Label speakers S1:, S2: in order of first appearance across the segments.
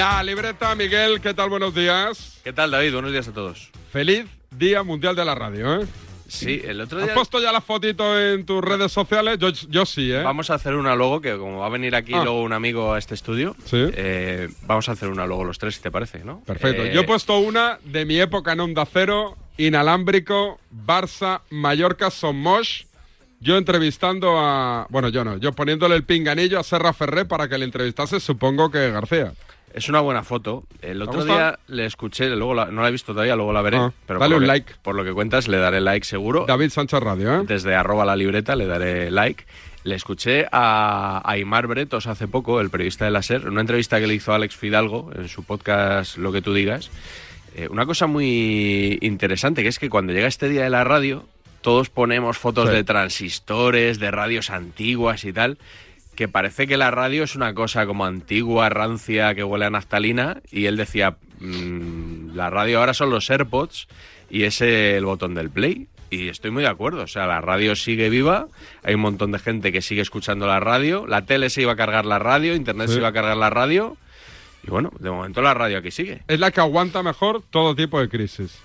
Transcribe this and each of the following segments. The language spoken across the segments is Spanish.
S1: Arrieta, Miguel, ¿qué tal? Buenos días.
S2: ¿Qué tal, David? Buenos días a todos.
S1: Feliz Día Mundial de la Radio, ¿eh?
S2: Sí, el otro
S1: ¿Has
S2: día
S1: puesto ya las fotitos en tus redes sociales? Yo, yo sí, ¿eh?
S2: vamos a hacer una logo, que como va a venir aquí
S1: Ah.
S2: luego un amigo a este estudio,
S1: Sí.
S2: eh, vamos a hacer una logo los tres, si te parece, ¿no?
S1: Perfecto.
S2: Eh,
S1: Yo he puesto una de mi época en Onda Cero, inalámbrico, Barça, Mallorca, Somos. Yo entrevistando a. Bueno, yo no. Yo poniéndole el pinganillo a Serra Ferré para que le entrevistase, supongo que García.
S2: Es una buena foto. El otro
S1: gusta?
S2: día le escuché, luego la- no la he visto todavía, luego la veré.
S1: Ah,
S2: pero
S1: dale
S2: por lo
S1: un
S2: que-
S1: like.
S2: Por lo que cuentas, le daré like seguro.
S1: David Sánchez Radio, ¿eh?
S2: Desde arroba la libreta le daré like. Le escuché a Aymar Bretos hace poco, el periodista de la SER, en una entrevista que le hizo Alex Fidalgo en su podcast Lo que tú digas. Eh, una cosa muy interesante, que es que cuando llega este día de la radio, todos ponemos fotos
S1: Sí.
S2: de transistores, de radios antiguas y tal, que parece que la radio es una cosa como antigua, rancia, que huele a naftalina, y él decía, "Mm, la radio ahora son los AirPods y es el botón del play. Y estoy muy de acuerdo, o sea, la radio sigue viva, hay un montón de gente que sigue escuchando la radio, la tele se iba a cargar la radio, internet
S1: Sí.
S2: se iba a cargar la radio, y bueno, de momento la radio aquí sigue.
S1: Es la que aguanta mejor todo tipo de crisis.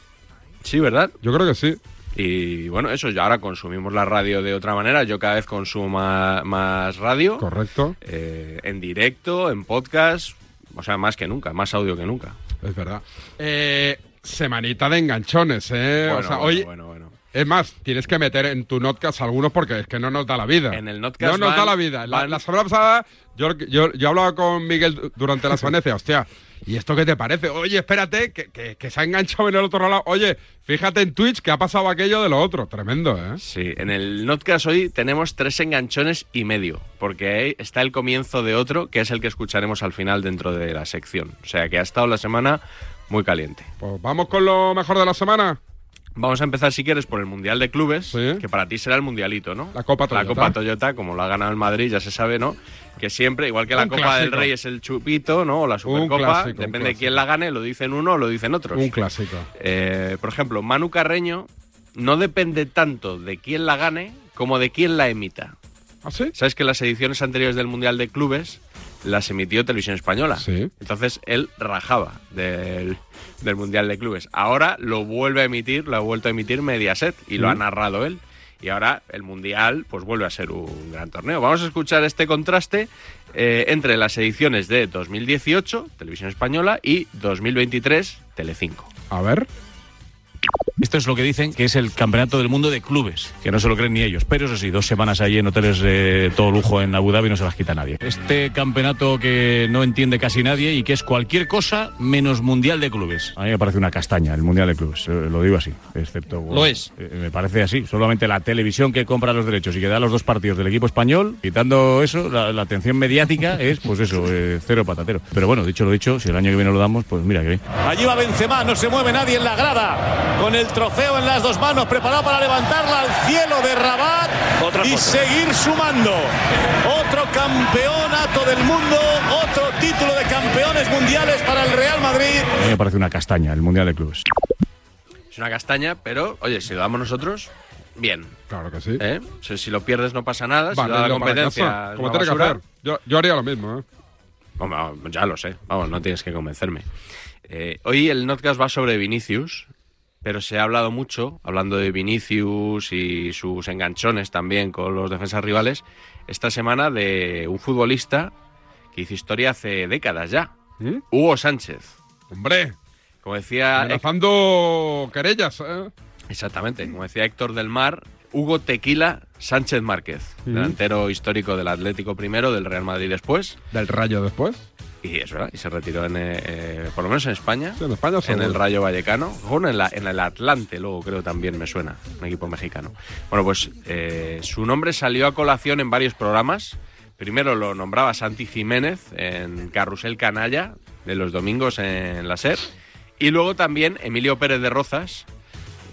S2: Sí, ¿verdad?
S1: Yo creo que sí.
S2: Y bueno, eso, ya ahora consumimos la radio de otra manera. Yo cada vez consumo ma- más, radio,
S1: Correcto.
S2: eh, en directo, en podcast, o sea, más que nunca, más audio que nunca.
S1: Es verdad. Eh, semanita de enganchones, ¿eh? o
S2: Bueno,
S1: sea,
S2: bueno,
S1: hoy.
S2: bueno, bueno.
S1: Es más, tienes que meter en tu notcast algunos porque es que no nos da la vida.
S2: En el notcast
S1: No nos
S2: van-
S1: da la vida. La,
S2: van-
S1: la semana pasada yo, yo, yo hablaba con Miguel du- durante la semana y decía, hostia, ¿y esto qué te parece? Oye, espérate, que, que- que se ha enganchado en el otro lado. Oye, fíjate en Twitch que ha pasado aquello de lo otro. Tremendo, ¿eh?
S2: Sí, en el Notcast hoy tenemos tres enganchones y medio, porque ahí está el comienzo de otro, que es el que escucharemos al final dentro de la sección. O sea, que ha estado la semana muy caliente.
S1: Pues vamos con lo mejor de la semana.
S2: Vamos a empezar, si quieres, por el Mundial de Clubes,
S1: Sí.
S2: que para ti será el Mundialito, ¿no?
S1: La Copa Toyota.
S2: La Copa Toyota, como la ha ganado el Madrid, ya se sabe, ¿no? Que siempre, igual que la
S1: Un
S2: Copa del
S1: clásico.
S2: Rey es el chupito, ¿no? O la Supercopa,
S1: clásico, un
S2: depende de
S1: clásico.
S2: quién la gane, lo dicen uno o lo dicen otros.
S1: Un clásico.
S2: Eh, por ejemplo, Manu Carreño no depende tanto de quién la gane como de quién la emita.
S1: ¿Ah, sí?
S2: Sabes que las ediciones anteriores del Mundial de Clubes las emitió Televisión Española.
S1: Sí.
S2: Entonces él rajaba del, del Mundial de Clubes. Ahora lo vuelve a emitir, lo ha vuelto a emitir Mediaset y lo
S1: Mm.
S2: ha narrado él. Y ahora el Mundial pues vuelve a ser un gran torneo. Vamos a escuchar este contraste eh, entre las ediciones de 2018, Televisión Española, y 2023, Telecinco.
S1: A ver.
S3: Esto es lo que dicen que es el campeonato del mundo de clubes, que no se lo creen ni ellos. Pero eso sí, dos semanas allí en hoteles de todo lujo en Abu Dhabi no se las quita nadie. Este campeonato que no entiende casi nadie y que es cualquier cosa menos mundial de clubes. A mí me parece una castaña el mundial de clubes, eh, lo digo así, excepto.
S4: Lo es.
S3: eh, Me parece así. Solamente la televisión que compra los derechos y que da los dos partidos del equipo español, quitando eso, la, la atención mediática es, pues eso, eh, cero patatero. Pero bueno, dicho lo dicho, si el año que viene lo damos, pues mira que bien.
S5: Allí va Benzema, no se mueve nadie en la grada. Con el trofeo en las dos manos, preparado para levantarla al cielo de Rabat y seguir sumando. Otro campeonato del mundo, otro título de campeones mundiales para el Real Madrid.
S3: A mí me parece una castaña el mundial de clubes.
S2: Es una castaña, pero oye, si lo damos nosotros, bien.
S1: Claro que sí.
S2: ¿eh? O sea, si lo pierdes no pasa nada, si
S1: Vale,
S2: lo da la
S1: lo para
S2: competencia.
S1: casa,
S2: es
S1: Como
S2: una
S1: tiene que
S2: basura.
S1: hacer. Yo, yo haría lo mismo, ¿eh?
S2: Hombre, vamos, ya lo sé, vamos, no tienes que convencerme. Eh, hoy el Notcast va sobre Vinicius, pero se ha hablado mucho, hablando de Vinicius y sus enganchones también con los defensas rivales, esta semana de un futbolista que hizo historia hace décadas ya,
S1: ¿Mm?
S2: Hugo Sánchez.
S1: Hombre,
S2: Como decía
S1: amenazando querellas, ¿eh?
S2: Exactamente, como decía Héctor del Mar, Hugo Tequila Sánchez Márquez,
S1: Ujú.
S2: delantero histórico del Atlético primero, del Real Madrid después,
S1: Del rayo después.
S2: y es verdad, y se retiró en, eh, eh, por lo menos en España,
S1: Sí, en España
S2: en
S1: seguro.
S2: el Rayo Vallecano, bueno, en, la- en el Atlante luego creo también me suena, un equipo mexicano. Bueno, pues eh, su nombre salió a colación en varios programas, primero lo nombraba Santi Jiménez en Carrusel Canalla, de los domingos en la SER, y luego también Emilio Pérez de Rozas,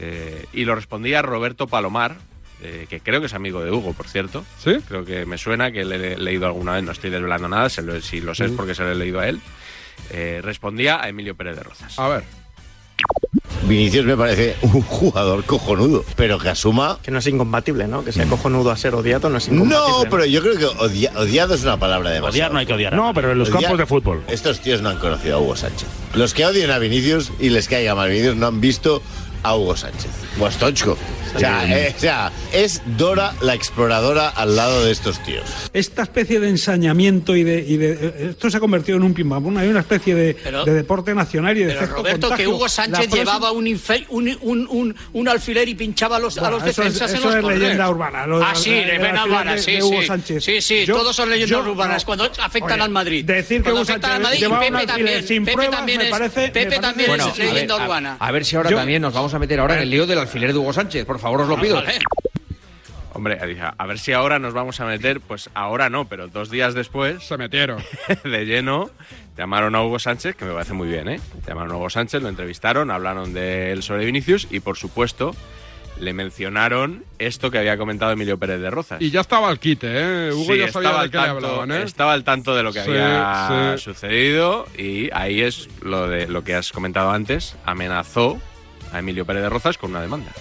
S2: eh, y lo respondía Roberto Palomar, eh, que creo que es amigo de Hugo, por cierto.
S1: ¿Sí?
S2: Creo que me suena que le he leído alguna vez, no estoy desvelando nada, se lo- si lo sé es
S1: Mm.
S2: porque se lo he leído a él. Eh, respondía a Emilio Pérez de Rozas.
S1: A ver.
S4: Vinicius me parece un jugador cojonudo, pero que asuma... Mm.
S6: Que no es incompatible, ¿no? Que sea cojonudo a ser odiado no es incompatible.
S4: No, pero yo creo que odia- odiado es una palabra de más.
S7: Odiar no hay que odiar.
S8: No, pero en los
S4: Odiar-
S8: campos de fútbol.
S4: Estos tíos no han conocido a Hugo Sánchez. Los que odien a Vinicius y les caiga mal Vinicius no han visto a Hugo Sánchez. O a Stoichkov. Pues, O sea, eh, o sea, es Dora la exploradora al lado de estos tíos.
S9: esta especie de ensañamiento y de, y de- esto se ha convertido en un pim pam pum. Hay una especie de,
S10: Pero-
S9: de deporte nacional y de
S10: Pero
S9: efecto
S10: Roberto, que
S9: contagio.
S10: Hugo Sánchez
S9: La próxima-
S10: llevaba un, infel- un, un, un, un alfiler y pinchaba a los, a
S9: Bueno,
S10: los
S9: eso es-
S10: defensas en
S9: eso
S10: los
S9: es
S10: corners.
S9: leyenda urbana, lo de-
S10: ah, sí,
S9: de-
S10: leyenda
S9: de la
S10: urbana,
S9: de-
S10: sí,
S9: de Hugo
S10: sí.
S9: Sánchez.
S10: Sí, sí,
S9: Yo-
S10: todos son leyendas
S9: yo-
S10: urbanas.
S9: no.
S10: Cuando afectan
S9: Oye,
S10: al Madrid.
S9: decir que
S10: Cuando
S9: Hugo
S10: afectan al
S9: Sánchez
S10: Madrid,
S9: llevaba
S10: y
S9: un
S10: Pepe
S9: alfiler
S10: también.
S9: sin
S10: Pepe
S9: pruebas,
S10: también
S9: me
S10: es,
S9: parece- me
S10: Pepe
S9: parece
S10: también
S9: Bueno,
S10: es leyenda urbana.
S11: A ver si ahora
S9: Yo-
S11: también nos vamos a meter ahora en el lío del alfiler de Hugo Sánchez. Por favor, os lo pido.
S10: Ah, Vale.
S2: Hombre, a- a ver si ahora nos vamos a meter, pues ahora no, pero dos días después,
S1: Se metieron.
S2: de lleno, llamaron a Hugo Sánchez, que me parece muy bien, ¿eh? Llamaron a Hugo Sánchez, lo entrevistaron, hablaron de él sobre Vinicius y, por supuesto, le mencionaron esto que había comentado Emilio Pérez de Rozas.
S1: Y ya estaba al quite, ¿eh? Hugo
S2: Sí,
S1: ya sabía de
S2: al
S1: qué
S2: tanto,
S1: le hablaban, ¿eh?
S2: estaba al tanto de lo que
S1: Sí,
S2: había
S1: sí.
S2: sucedido y ahí es lo de lo que has comentado antes, amenazó a Emilio Pérez de Rozas con una demanda.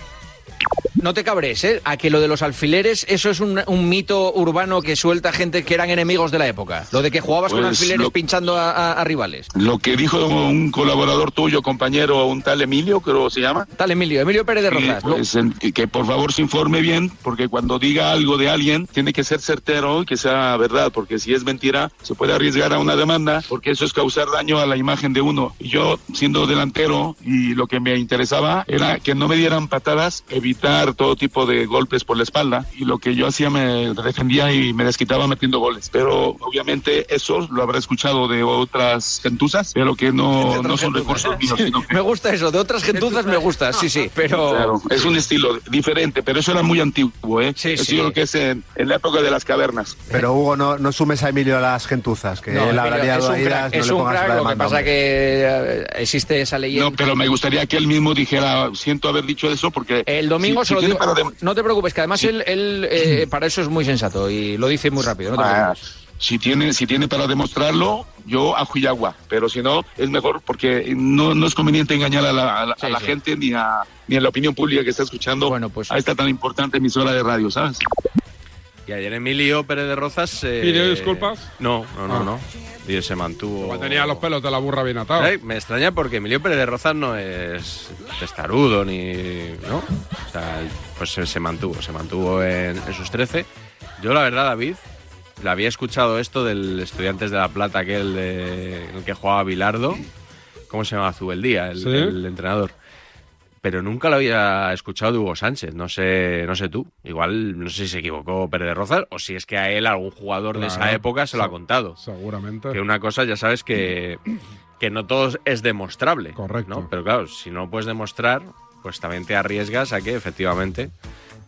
S11: No te cabres, ¿eh? A que lo de los alfileres, eso es un, un mito urbano que suelta gente que eran enemigos de la época. Lo de que jugabas con
S12: Pues
S11: alfileres
S12: lo-
S11: pinchando a, a- a rivales.
S12: Lo que dijo un colaborador tuyo, compañero, un tal Emilio, creo que se llama,
S11: Tal, Emilio. eh. Emilio Pérez de
S12: que,
S11: Rozas. ¿no?
S12: pues, en- que- que por favor se informe bien, porque cuando diga algo de alguien, tiene que ser certero y que sea verdad, porque si es mentira, se puede arriesgar a una demanda, porque eso es causar daño a la imagen de uno. Y Yo, siendo delantero, y lo que me interesaba era que no me dieran patadas, evitar todo tipo de golpes por la espalda, y lo que yo hacía me defendía y me desquitaba metiendo goles. Pero obviamente eso lo habrá escuchado de otras gentuzas, pero que
S11: De
S12: no,
S11: otras
S12: no son
S11: gentuzas.
S12: recursos míos, sino que
S11: Me gusta eso. De otras gentuzas me gusta, sí, sí. Pero...
S12: Claro, es un estilo diferente, pero eso era muy antiguo, ¿eh?
S11: Sí,
S12: Eso
S11: sí.
S12: yo creo que es en, en la época de las cavernas.
S5: Pero Hugo, no, no sumes a Emilio a las gentuzas, que
S11: No,
S5: él
S11: Emilio,
S5: habrá liado
S11: es un
S5: ahí
S11: crack,
S5: las- no
S11: es
S5: le
S11: un
S5: pongas
S11: crack,
S5: la
S11: lo que
S5: demanda,
S11: pasa
S5: hombre.
S11: que eh, existe esa leyenda.
S12: No, pero me gustaría que él mismo dijera, siento haber dicho eso porque...
S11: El domingo se
S12: si- si
S11: lo
S12: tiene
S11: digo.
S12: para dem-
S11: No te preocupes, que además él, él, eh, para eso es muy sensato y lo dice muy rápido. No te
S12: Ah,
S11: preocupes.
S12: si tiene, si tiene para demostrarlo, yo a Juyagua, pero si no, es mejor porque no, no es conveniente engañar a la, a la- a
S11: Sí,
S12: la
S11: sí.
S12: gente ni a, ni a la opinión pública que está escuchando
S11: Bueno, pues-
S12: a esta tan importante emisora de radio, ¿sabes?
S2: Y ayer Emilio Pérez de Rozas... eh,
S1: ¿Pidió disculpas?
S2: No, no, no,
S1: Ah.
S2: no. Y se mantuvo...
S1: Como tenía los pelos de la burra bien atados.
S2: Ay, Me extraña porque Emilio Pérez de Rozas no es testarudo ni. ¿No? O sea, pues se, se mantuvo, se mantuvo en, en sus 13. Yo, la verdad, David, le había escuchado esto del Estudiantes de La Plata, aquel de- en el que jugaba Bilardo. ¿Cómo se llama? Zubeldía, el,
S1: Sí.
S2: el entrenador. Pero nunca lo había escuchado de Hugo Sánchez, no sé, no sé tú. Igual, no sé si se equivocó Pérez de Rozas o si es que a él algún jugador de esa
S1: Claro.
S2: época se lo ha
S1: Sí.
S2: contado
S1: Seguramente.
S2: que una cosa ya sabes que, que no todo es demostrable.
S1: Correcto.
S2: ¿no? Pero claro, si no puedes demostrar, pues también te arriesgas a que efectivamente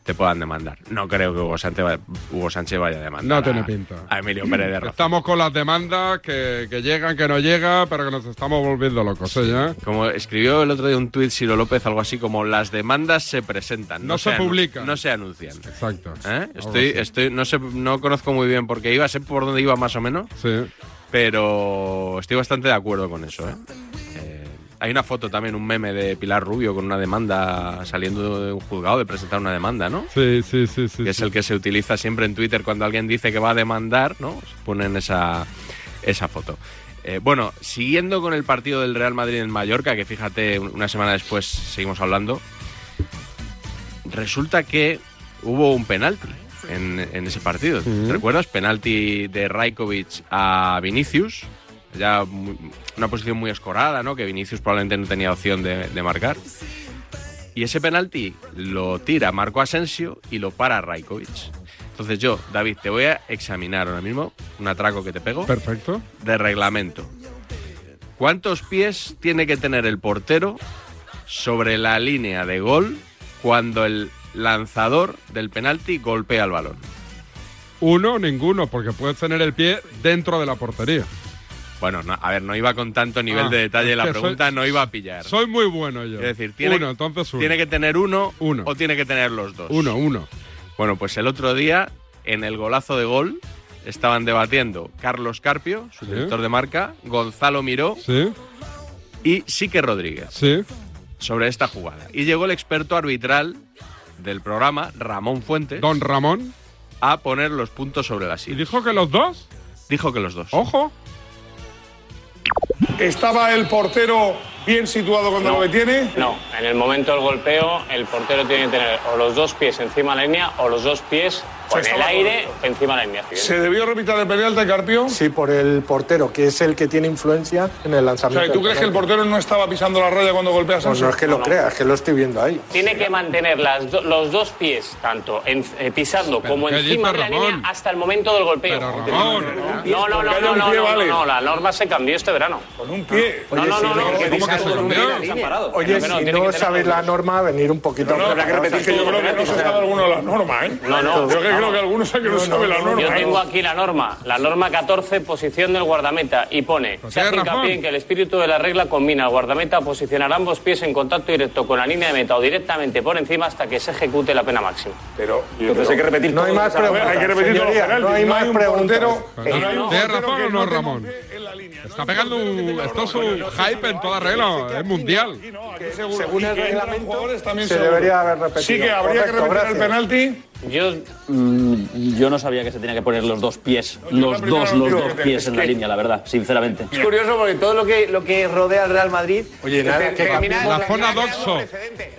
S2: te puedan demandar. No creo que Hugo Sánchez vaya, Hugo Sánchez vaya a demandar.
S1: No tiene
S2: a-
S1: pinta.
S2: A Emilio Pérez de Rozas.
S1: Estamos con las demandas que, que llegan, que no llegan, pero que nos estamos volviendo locos, ¿eh? ya?
S2: Como escribió el otro día un tuit Ciro López, algo así como las demandas se presentan.
S1: No se
S2: anu-
S1: publican".
S2: No se anuncian.
S1: Exacto.
S2: ¿Eh?
S1: Algo
S2: Estoy,
S1: así.
S2: estoy, no, sé, no conozco muy bien por qué iba, sé por dónde iba más o menos,
S1: Sí.
S2: pero estoy bastante de acuerdo con eso. ¿eh? Eh, hay una foto también, un meme de Pilar Rubio con una demanda saliendo de un juzgado de presentar una demanda, ¿no?
S1: Sí, sí, sí, sí.
S2: Que es
S1: sí.
S2: el que se utiliza siempre en Twitter cuando alguien dice que va a demandar, ¿no? Ponen esa, esa foto. Eh, bueno, siguiendo con el partido del Real Madrid en Mallorca, que fíjate, un- una semana después seguimos hablando, resulta que hubo un penalti en, en ese partido. ¿Te recuerdas? Penalti de Rajkovic a Vinicius. Ya mu- una posición muy escorada, ¿no? Que Vinicius probablemente no tenía opción de, de marcar. Y ese penalti lo tira Marco Asensio y lo para Rajkovic. Entonces yo, David, te voy a examinar ahora mismo un atraco que te pego
S1: Perfecto.
S2: de reglamento. ¿Cuántos pies tiene que tener el portero sobre la línea de gol cuando el lanzador del penalti golpea el balón?
S1: Uno, ninguno, porque puedes tener el pie dentro de la portería.
S2: Bueno, no- a ver, no iba con tanto nivel
S1: Ah,
S2: de detalle
S1: es
S2: la
S1: que soy-
S2: pregunta, no iba a pillar.
S1: Soy muy bueno yo.
S2: es decir, tiene,
S1: uno, entonces uno.
S2: tiene que tener uno,
S1: Uno.
S2: o tiene que tener los dos.
S1: Uno, uno.
S2: Bueno, pues el otro día, en el golazo de gol, estaban debatiendo Carlos Carpio, su
S1: Sí.
S2: director de marca, Gonzalo Miró
S1: Sí,
S2: y Sique Rodríguez.
S1: sí.
S2: sobre esta jugada. Y llegó el experto arbitral del programa, Ramón Fuentes.
S1: Don Ramón.
S2: A poner los puntos sobre las sillas. ¿Y
S1: dijo que los dos?
S2: Dijo que los dos.
S1: ¡Ojo!
S13: ¿Estaba el portero bien situado cuando
S8: No.
S13: lo detiene?
S8: No, en el momento del golpeo el portero tiene que tener o los dos pies encima de la línea o los dos pies
S13: Se
S8: o en el
S13: estaba
S8: aire encima de la línea.
S13: ¿Se debió repitar el penalti, Carpio?
S3: Sí, por el portero, que es el que tiene influencia en el
S13: O sea,
S3: lanzamiento.
S13: ¿tú
S3: del
S13: crees que el
S3: penalti.
S13: portero no estaba pisando la raya cuando golpea a
S3: Pues
S13: Sancho?
S3: no es que lo crea, es que lo estoy viendo ahí.
S8: Tiene que mantener las do- los dos pies tanto en- eh, pisando como
S3: ¿qué dice
S8: encima de la
S3: Ramón?
S8: línea hasta el momento del golpeo. no, no, no,
S13: Porque haya
S8: no,
S13: un
S8: no,
S13: pie,
S8: no,
S13: vale.
S8: no, la norma se cambió este verano.
S13: Con un pie.
S8: No,
S3: Oye,
S8: no,
S3: si no-
S8: no, no, que
S3: ¿Cómo
S8: dice
S3: que se
S8: todo un pie,
S3: cambió?
S8: están parados.
S3: Oye,
S8: Que no,
S3: si
S8: que no, tiene que
S3: no
S8: tener
S3: sabéis la norma, venir un poquito.
S13: No, habrá que repetir que yo creo que no se sabe alguno de las normas, ¿eh?
S8: No, no.
S13: Yo que
S8: no.
S13: creo que algunos que no, sabe la norma.
S8: Yo
S13: ¿eh?
S8: tengo aquí la norma, la norma 14, posición del guardameta, y pone, se hace
S13: tienes
S8: hincapié
S13: razón.
S8: en que el espíritu de la regla combina al guardameta a posicionar ambos pies en contacto directo con la línea de meta o directamente por encima hasta que se ejecute la pena máxima.
S13: Pero,
S8: Entonces hay que repetir
S3: No hay
S8: todo lo
S3: más
S8: que se ha
S3: preguntas.
S8: hablado. Hay que repetir todos los
S3: señoría,
S8: penaltis,
S3: No hay
S8: no
S3: más
S8: hay un
S3: preguntas.
S8: portero-
S3: Eh,
S1: ¿Tienes razón o no, Ramón? Está pegando un. Esto es un hype en toda regla, es mundial.
S13: Seguro. Y que entran jugadores también
S3: se
S13: seguro.
S3: debería haber repetido.
S13: Sí que habría que
S3: Correcto,
S13: repetir el
S3: gracias.
S13: penalti.
S8: Yo,
S7: mm, yo no sabía que se tenía que poner los dos pies, los dos, los
S13: digo
S7: dos
S13: que te-
S7: pies en la
S13: que-
S7: línea, la verdad, sinceramente.
S4: Es curioso porque todo lo que, lo que rodea al Real Madrid.
S7: Oye, nada,
S4: te-
S7: que
S4: termina-
S7: cambiemos
S1: La zona doxo.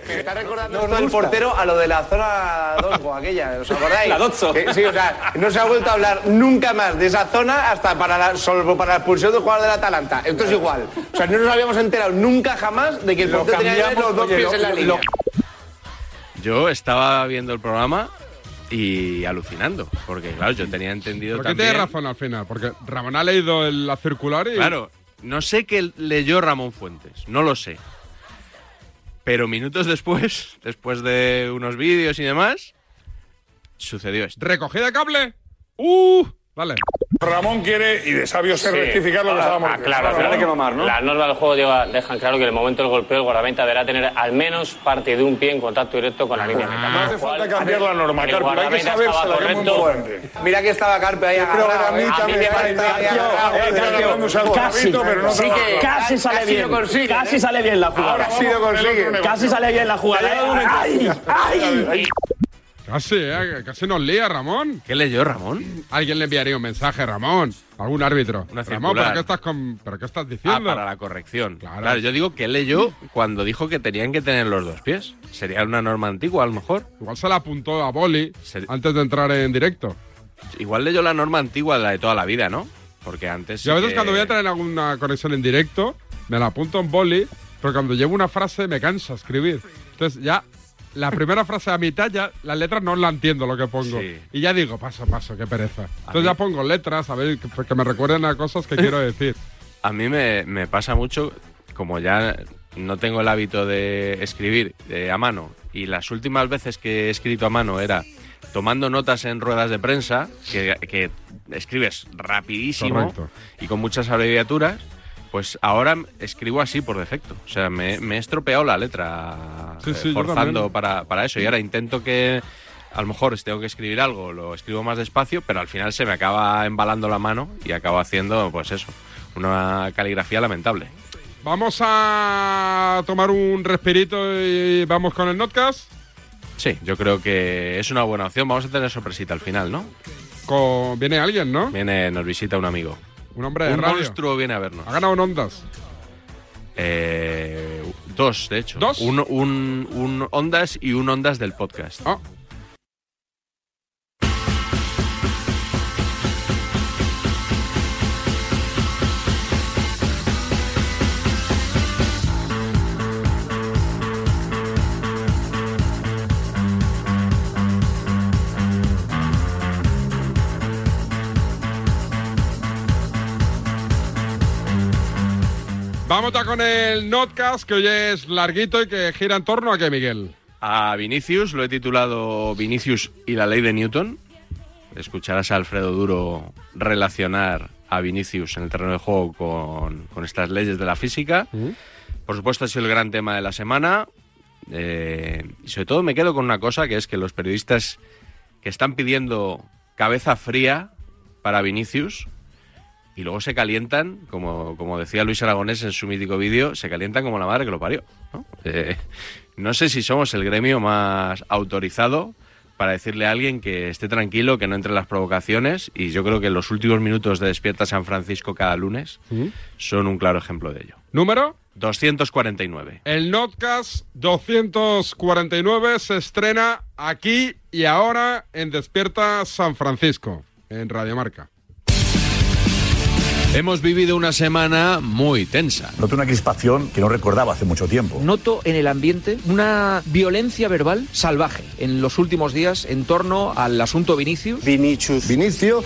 S4: Me está recordando
S3: No,
S4: esto del
S3: gusta.
S4: portero a lo de la zona Doxo, aquella. ¿Os acordáis?
S3: La Doxo.
S4: Que- sí, o sea, no se ha vuelto a hablar nunca más de esa zona hasta para la, salvo para la expulsión del jugador del Atalanta. Esto es igual. O sea, no nos habíamos enterado nunca jamás de que el
S3: Lo
S4: portero tenía que tener
S3: cambiamos,
S4: los dos
S3: oye,
S4: pies
S3: lo-
S4: en la
S3: lo-
S4: línea.
S2: Yo estaba viendo el programa y alucinando, porque claro, yo tenía entendido
S1: ¿Por qué
S2: también.
S1: tienes razón al final? Porque Ramón ha leído el- la circular y.
S2: Claro, no sé qué leyó Ramón Fuentes, no lo sé. Pero minutos después, después de unos vídeos y demás, sucedió esto.
S1: ¿Recogida cable? ¡Uh! Vale.
S13: Ramón quiere, y de sabio ser,
S8: Sí.
S13: rectificar lo que
S8: Ah,
S13: estábamos
S8: ah, claro, claro. Las normas del juego lleva- dejan claro que en el momento del golpeo el guardameta deberá tener al menos parte de un pie en contacto directo con la línea de meta.
S13: No
S2: Ah,
S13: hace falta cambiar la norma,
S8: el
S13: Carpio. Hay que
S8: guardameta
S13: saberse
S8: estaba
S13: la que es muy
S8: correcto.
S13: importante.
S4: Mira que estaba Carpe ahí agarrado. ¿eh?
S13: programita
S4: A mí
S13: me
S4: me parece
S13: falta,
S4: ahí agarrado,
S13: tío.
S4: ¿eh,
S13: Estaba
S4: Carpio?
S13: hablando Santo
S4: Casi,
S13: Gabito, pero no
S4: sí
S13: trabaja.
S4: que
S13: Casi
S4: casi
S13: lo
S4: sale bien.
S13: consigue,
S4: Casi
S13: ¿eh?
S4: sale bien la jugada.
S13: Ahora
S4: Casi
S13: vamos
S4: lo
S13: con el
S4: consigue.
S13: otro negocio.
S4: Casi sale bien la jugada. ¿eh?
S13: Dale un momento.
S4: ¡Ay! ¡Ay!
S1: Casi, ¿eh? Casi nos lía, Ramón.
S2: ¿Qué leyó Ramón?
S1: Alguien le enviaría un mensaje, Ramón. Algún árbitro.
S2: Una
S1: Ramón, ¿pero
S2: circular.
S1: qué, estás con- ¿pero qué estás
S2: Ah,
S1: diciendo?
S2: para la corrección. Claro. yo digo que leyó cuando dijo que tenían que tener los dos pies. Sería una norma antigua, a lo mejor.
S1: Igual se la apuntó a Boli antes de entrar en directo.
S2: Igual leyó la norma antigua, la de toda la vida, ¿no? Porque antes.
S1: Yo a
S2: sí
S1: veces
S2: que-
S1: cuando voy a tener alguna conexión en directo, me la apunto en boli, pero cuando llevo una frase me cansa escribir. Entonces ya la primera frase a mitad ya las letras no la entiendo lo que pongo.
S2: Sí.
S1: Y ya digo, paso, paso, qué pereza. Entonces
S2: mí-
S1: ya pongo letras, a ver, que, que me recuerden a cosas que quiero decir.
S2: A mí me, me pasa mucho, como ya no tengo el hábito de escribir eh, a mano, y las últimas veces que he escrito a mano era tomando notas en ruedas de prensa, que, que escribes rapidísimo
S1: Correcto.
S2: y con muchas abreviaturas, pues ahora m- escribo así por defecto. O sea, me, me he estropeado la letra
S1: Sí,
S2: eh,
S1: sí, yo
S2: forzando
S1: también.
S2: para, para eso. Y ahora intento que, a lo mejor si tengo que escribir algo, lo escribo más despacio, pero al final se me acaba embalando la mano y acabo haciendo, pues eso, una caligrafía lamentable.
S1: Vamos a tomar un respirito y vamos con el notcast.
S2: Sí, yo creo que es una buena opción. Vamos a tener sorpresita al final, ¿no?
S1: Con- Viene alguien, ¿no?
S2: Viene, nos visita un amigo.
S1: Un hombre de
S2: un
S1: radio.
S2: monstruo viene a vernos.
S1: Ha ganado en ondas.
S2: Eh, dos, de hecho.
S1: ¿Dos?
S2: Uno- Un, un Ondas y un Ondas del podcast.
S1: Ah. Vamos ya con el notcast que hoy es larguito y que gira en torno a que Miguel.
S2: A Vinicius lo he titulado Vinicius y la ley de Newton. Escucharás a Alfredo Duro relacionar a Vinicius en el terreno de juego con, con estas leyes de la física. Por supuesto ha sido el gran tema de la semana. Eh, y sobre todo me quedo con una cosa, que es que los periodistas que están pidiendo cabeza fría para Vinicius y luego se calientan, como, como decía Luis Aragonés en su mítico vídeo, se calientan como la madre que lo parió. ¿no? Eh, no sé si somos el gremio más autorizado para decirle a alguien que esté tranquilo, que no entre en las provocaciones, y yo creo que los últimos minutos de Despierta San Francisco cada lunes son un claro ejemplo de ello.
S1: ¿Número?
S2: 249.
S1: El Notcast 249 se estrena aquí y ahora en Despierta San Francisco, en Radiomarca.
S2: Hemos vivido una semana muy tensa.
S14: Noto una crispación que no recordaba hace mucho tiempo.
S15: Noto en el ambiente una violencia verbal salvaje en los últimos días en torno al asunto Vinicius.
S2: Vinicius. Vinicio.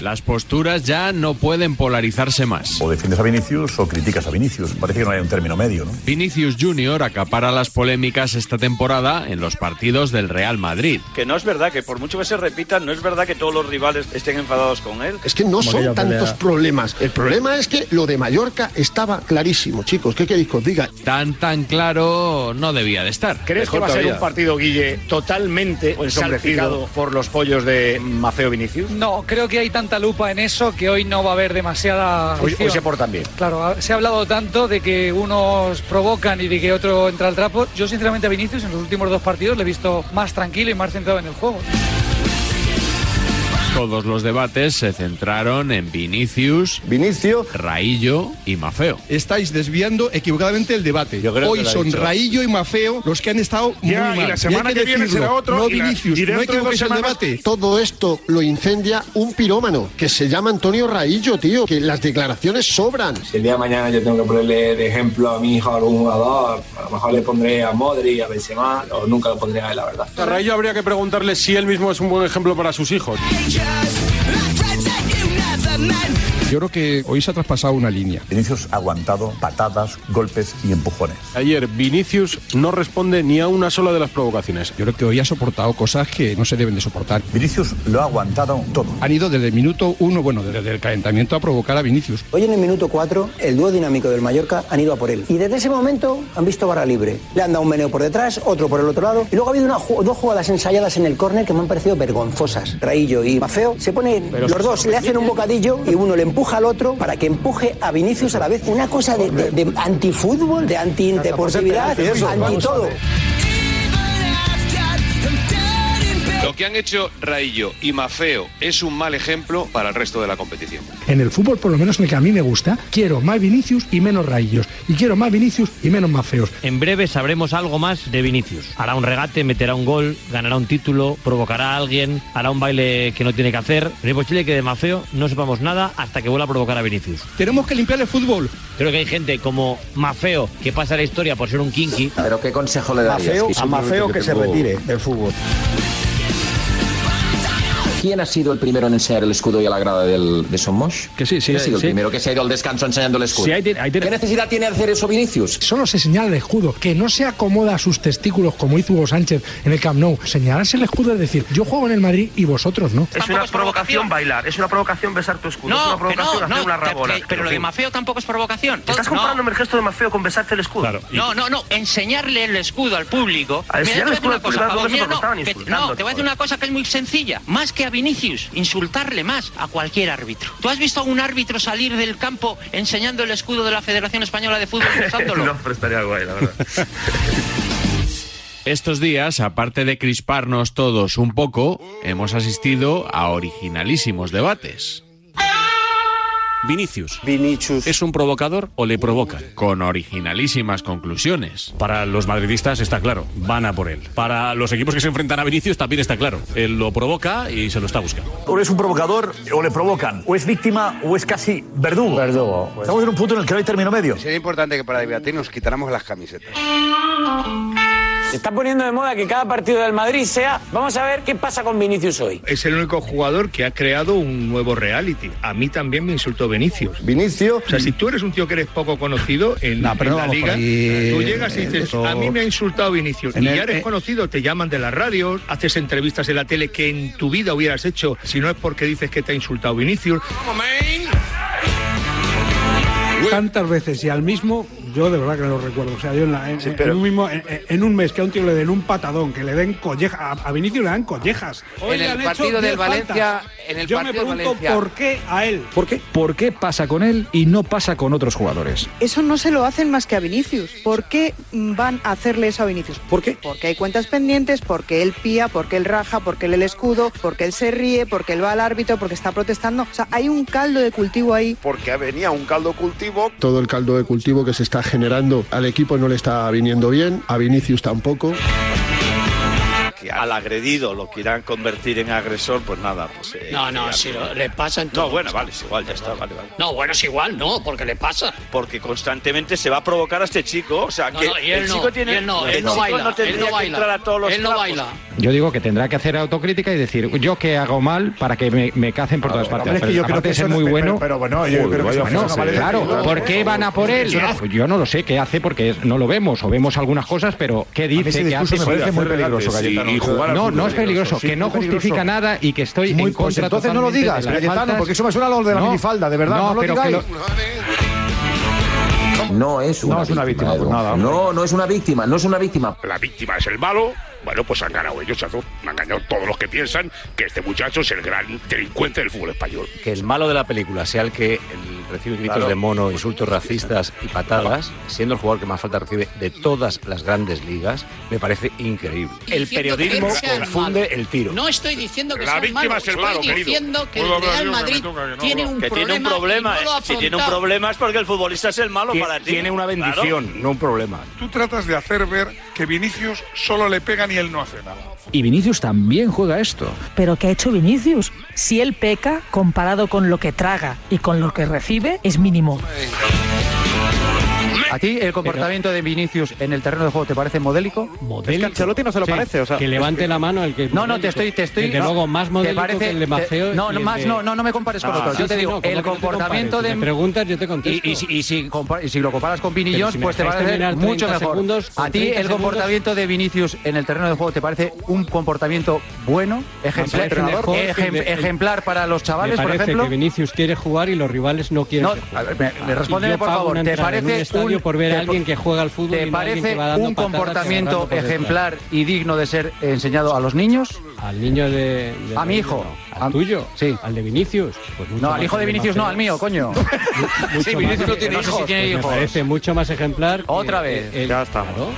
S2: Las posturas ya no pueden polarizarse más.
S14: O defiendes a Vinicius o criticas a Vinicius. Parece que no hay un término medio, ¿no?
S2: Vinicius Junior acapara las polémicas esta temporada en los partidos del Real Madrid.
S16: Que no es verdad, que por mucho que se repitan, no es verdad que todos los rivales estén enfadados con él.
S10: Es que no son tantos problemas. El problema es que lo de Mallorca estaba clarísimo, chicos. ¿Qué queréis que os diga?
S2: Tan tan claro no debía de estar.
S17: ¿Crees que va a ser un partido, Guille, totalmente salpicado por los pollos de Maceo Vinicius?
S18: No, creo que hay tanta lupa en eso que hoy no va a haber demasiada.
S17: Hoy, hoy
S18: fricción.
S17: se portan bien.
S18: Claro, ha- se ha hablado tanto de que unos provocan y de que otro entra al trapo. Yo, sinceramente, a Vinicius en los últimos dos partidos le he visto más tranquilo y más centrado en el juego.
S2: Todos los debates se centraron en Vinicius, Vinicio, Raillo y Mafeo.
S19: Estáis desviando equivocadamente el debate.
S2: creo que
S19: Hoy
S2: lo ha
S19: son
S2: dicho.
S19: Raillo y Mafeo los que han estado muy
S10: Ya, y
S19: mal.
S10: la semana
S19: hay
S10: que viene
S19: decirlo.
S10: será otro,
S19: No
S10: y la-
S19: Vinicius,
S10: y
S19: no
S10: dentro de dos
S19: equivoquéis el
S10: semanas-
S19: debate.
S10: Todo esto lo incendia un pirómano que se llama Antonio Raillo, tío. Que las declaraciones sobran.
S20: Si el día de mañana yo tengo que ponerle de ejemplo a mi hijo a algún jugador, a lo mejor le pondré a Modri, a Benzema, o nunca lo pondré a él, la verdad.
S21: A Rayo habría que preguntarle si él mismo es un buen ejemplo para sus hijos.
S19: Yo creo que hoy se ha traspasado una línea.
S14: Vinicius ha aguantado patadas, golpes y empujones.
S21: Ayer Vinicius no responde ni a una sola de las provocaciones.
S19: Yo creo que hoy ha soportado cosas que no se deben de soportar.
S14: Vinicius lo ha aguantado todo.
S19: Han ido desde el minuto uno, bueno, desde el calentamiento a provocar a Vinicius.
S22: Hoy en el minuto 4, el dúo dinámico del Mallorca han ido a por él. Y desde ese momento han visto barra libre. Le han dado un meneo por detrás, otro por el otro lado. Y luego ha habido una ju- dos jugadas ensayadas en el córner que me han parecido vergonzosas. Raillo y Mafeo se ponen, los dos le hacen un bocadillo y uno le empuja al otro para que empuje a Vinicius a la vez. Una cosa de, de- de antifútbol, de antideportividad,
S10: penalti eso,
S22: anti
S10: vamos a
S22: todo.
S10: ver.
S23: Lo que han hecho Raillo y Mafeo es un mal ejemplo para el resto de la competición.
S24: En el fútbol, por lo menos en el que a mí me gusta, quiero más Vinicius y menos Raillos. Y quiero más Vinicius y menos más feos.
S4: En breve sabremos algo más de Vinicius. Hará un regate, meterá un gol, ganará un título, provocará a alguien, hará un baile que no tiene que hacer. Pero es posible que de Mafeo no sepamos nada hasta que vuelva a provocar a Vinicius.
S19: Tenemos que limpiar el fútbol.
S4: Creo que hay gente como Mafeo que pasa la historia por ser un kinky.
S22: Pero ¿qué consejo le Mafeo, a Mafeo que se retire del fútbol. ¿Quién ha sido el primero en enseñar el escudo y a la grada del, de Somos? Que sí, sí. ¿Quién ha
S25: sí,
S22: sido
S25: sí.
S22: el primero que se ha ido al descanso enseñando el escudo?
S25: Sí, ahí tiene- ahí tiene-
S22: ¿Qué necesidad tiene hacer eso Vinicius?
S25: Solo se señala el escudo, que no se acomoda a sus testículos como hizo Hugo Sánchez en el Camp Nou. Señalarse el escudo es decir, yo juego en el Madrid y vosotros no.
S26: Es una provocación bailar, es una provocación besar tu escudo, es una
S4: que
S26: provocación hacer una
S4: que-
S26: rabola.
S4: que- pero lo
S26: en
S4: de
S26: fin.
S4: Mafeo tampoco es provocación.
S26: Estás
S4: No.
S26: comparando el gesto de Mafeo con besarte el escudo.
S4: No, no, no, enseñarle el escudo al público.
S26: A enseñarle
S4: Mira, te voy a
S26: el escudo al
S4: decir una cosa,
S26: público,
S4: Pablo,
S26: no
S4: mira,
S26: porque estaban
S4: no, que-
S26: insultando
S4: no, te voy a decir una cosa que es muy sencilla. Más que a Vinicius, insultarle más a cualquier árbitro. ¿Tú has visto a un árbitro salir del campo enseñando el escudo de la Federación Española de Fútbol cruzándolo?
S26: no, pero estaría guay, la verdad.
S2: Estos días, aparte de crisparnos todos un poco, hemos asistido a originalísimos debates. Vinicius. Vinicius. ¿Es un provocador o le provoca? Con originalísimas conclusiones.
S6: Para los madridistas está claro, van a por él. Para los equipos que se enfrentan a Vinicius también está claro, él lo provoca y se lo está buscando.
S14: O es un provocador o le provocan. O es víctima o es casi verdugo. Verdugo. Estamos en un punto en el que no hay término medio.
S3: Sería importante que para debatir nos quitáramos las camisetas.
S26: Se está poniendo de moda que cada partido del Madrid sea. Vamos a ver qué pasa con Vinicius hoy.
S3: Es el único jugador que ha creado un nuevo reality. A mí también me insultó Vinicius.
S10: Vinicio.
S3: O sea, si tú eres un tío que eres poco conocido en, en
S10: pero no
S3: la
S10: vamos por
S3: liga,
S10: ahí,
S3: tú llegas y dices,
S10: eso-
S3: a mí me ha insultado Vinicius.
S10: En
S3: Y
S10: el-
S3: ya eres
S10: eh.
S3: conocido, te llaman de las radios, haces entrevistas en la tele que en tu vida hubieras hecho si no es porque dices que te ha insultado Vinicius.
S27: Tantas veces y al mismo
S28: yo de verdad que no lo recuerdo. O sea, yo en, la- en-
S29: Sí,
S28: en
S29: pero-
S28: un, mismo- en- en- en un mes que a un tío le den un patadón, que le den collejas, a, a Vinicius le dan collejas. Hoy
S30: En
S28: le
S30: el
S28: han hecho
S30: partido del
S28: 10
S30: Valencia-
S28: faltas.
S30: en el
S28: yo me
S30: partido del
S28: pregunto
S30: Valencia.
S28: por qué a él.
S4: ¿Por qué? ¿Por qué pasa con él y no pasa con otros jugadores?
S22: Eso no se lo hacen más que a Vinicius. ¿Por qué van a hacerle eso a Vinicius? ¿Por qué? Porque hay cuentas pendientes, porque él pía, porque él raja, porque él el escudo, porque él se ríe, porque él va al árbitro, porque está protestando. O sea, hay un caldo de cultivo ahí.
S31: Porque venía un caldo cultivo
S10: Todo el caldo de cultivo que se está generando al equipo no le está viniendo bien, a Vinicius tampoco.
S32: que al agredido lo quieran convertir en agresor, pues nada. Pues, eh,
S5: No, no,
S32: ya-
S5: si lo- le pasa en
S32: No,
S5: todo.
S32: bueno, vale, es igual, ya está, vale, vale.
S5: No, bueno, es igual, no, porque le pasa.
S32: Porque constantemente se va a provocar a este chico. O sea,
S5: No,
S32: que
S5: no, y él
S32: el
S5: no,
S32: chico tiene.
S5: y él no,
S32: el
S5: él no
S32: chico
S5: baila,
S32: tendría
S5: él no
S32: que
S5: baila,
S32: entrar a todos los
S5: él no
S32: trapos.
S5: baila.
S4: Yo digo que tendrá que hacer autocrítica y decir, yo que hago mal para que me, me cacen por todas partes.
S33: es que yo creo
S4: aparte
S33: que
S4: de ser
S33: eso no-
S4: muy
S33: pero-
S4: bueno.
S33: pero- pero bueno, yo creo que eso
S4: bueno,
S33: no se vale de
S4: claro,
S33: todo,
S4: ¿por
S33: ¿eh?
S4: qué van a por él? Ah, pues
S33: Eso no-
S4: Yo no lo sé qué hace porque no lo vemos o vemos algunas cosas, pero qué
S33: mí
S4: dice,
S33: ese
S4: qué hace.
S33: discurso me parece muy peligroso, Cayetano.
S4: y jugar al
S33: No,
S4: fútbol
S33: no es peligroso,
S4: sí,
S33: que no
S4: muy peligroso.
S33: justifica nada y
S4: que
S33: Muy-
S4: estoy en
S33: pues
S4: contra.
S33: entonces no lo
S4: totalmente
S33: digas,
S4: de las
S33: Cayetano,
S4: faltas.
S33: porque eso me suena a lo de la minifalda, de verdad, no lo
S4: pero que
S33: digáis.
S34: No es una, víctima. no, no es una víctima, no es una víctima.
S13: La víctima es el malo. Bueno, pues han ganado ellos, chato. Han ganado todos los que piensan que este muchacho es el gran delincuente del fútbol español.
S6: Que el malo de la película sea el que el- recibe gritos
S13: Claro.
S6: de mono, insultos racistas y patadas, siendo el jugador que más falta recibe de todas las grandes ligas, me parece increíble. El
S5: Diciendo
S6: periodismo
S5: que sea el
S6: confunde el tiro.
S5: No estoy diciendo que
S6: La
S5: sea
S6: víctima
S5: malo,
S6: es el
S5: estoy
S6: malo, querido.
S5: diciendo que
S6: Puedo
S5: el Real
S6: hablar yo, que me
S5: Madrid
S6: toca, que no
S5: tiene, un
S6: hablo.
S32: Que tiene un
S5: problema
S32: problema.
S5: y no lo ha
S32: Si tiene un
S5: afrontado.
S32: problema es porque el futbolista es el malo
S6: Tie-
S32: para ti.
S6: Tiene una bendición, no un problema. Tú tratas de hacer ver que Vinicius solo le pegan y él no hace nada.
S4: Y Vinicius también juega esto.
S35: Pero ¿qué ha hecho Vinicius? Si él peca, comparado con lo que traga y con lo que recibe, es mínimo.
S4: ¿A ti el comportamiento de Vinicius en el terreno de juego te parece modélico?
S3: Es que Ancelotti no se lo parece, o sea,
S4: que levante
S3: es que-
S4: la mano el que
S3: No, no, te estoy- te estoy-
S4: Desde
S3: no,
S4: luego más
S3: te
S4: modélico
S3: parece-
S4: que el
S3: te-
S4: de Maceo y
S3: no,
S4: el
S3: más
S4: de-
S3: no, no, no me compares con otros.
S4: sí,
S3: Yo te
S4: sí,
S3: digo,
S4: no, ¿cómo
S3: el
S4: que no te
S3: comportamiento
S4: compares?
S3: de-
S4: Si me preguntas yo te contesto
S3: Y- y si-
S4: y si, lo comparas con
S3: Vinicius, pues te va a parecer mucho mejor. a ti el comportamiento de Vinicius en el terreno de juego te parece un comportamiento bueno, ejemplar,
S4: parece mejor que
S3: ejem-
S4: el de-
S3: ejemplar para los
S4: me
S3: chavales, por
S4: parece
S3: ejemplo.
S4: que Vinicius quiere jugar y los rivales no quieren
S3: No,
S4: que juegue.
S3: a ver, me-
S2: Ah.
S3: me
S4: Y
S3: respóndeme,
S4: yo
S3: por
S4: pago
S3: favor,
S4: una
S3: ¿te
S4: entrada en
S3: parece
S4: un estadio
S3: un-
S4: por ver
S3: te-
S4: a alguien que juega al fútbol y
S3: ¿Te
S4: no a alguien
S3: parece
S4: que va dando
S3: un
S4: patadas y
S3: comportamiento
S4: agarrando por
S3: ejemplar y digno de ser enseñado a los niños?
S4: Al niño de. detrás.
S3: A mi hijo.
S4: ¿Al tuyo? Sí. ¿Al de Vinicius? Pues mucho
S3: No,
S4: más
S3: al hijo de
S4: que
S3: Vinicius no,
S4: Maceo.
S3: al mío, coño. No sé
S4: Mucho más que-
S3: si
S4: Pues
S3: tiene
S4: Me
S3: hijos.
S4: parece mucho más ejemplar. que-
S3: Otra vez.
S4: que el-
S3: Ya está.
S4: Claro.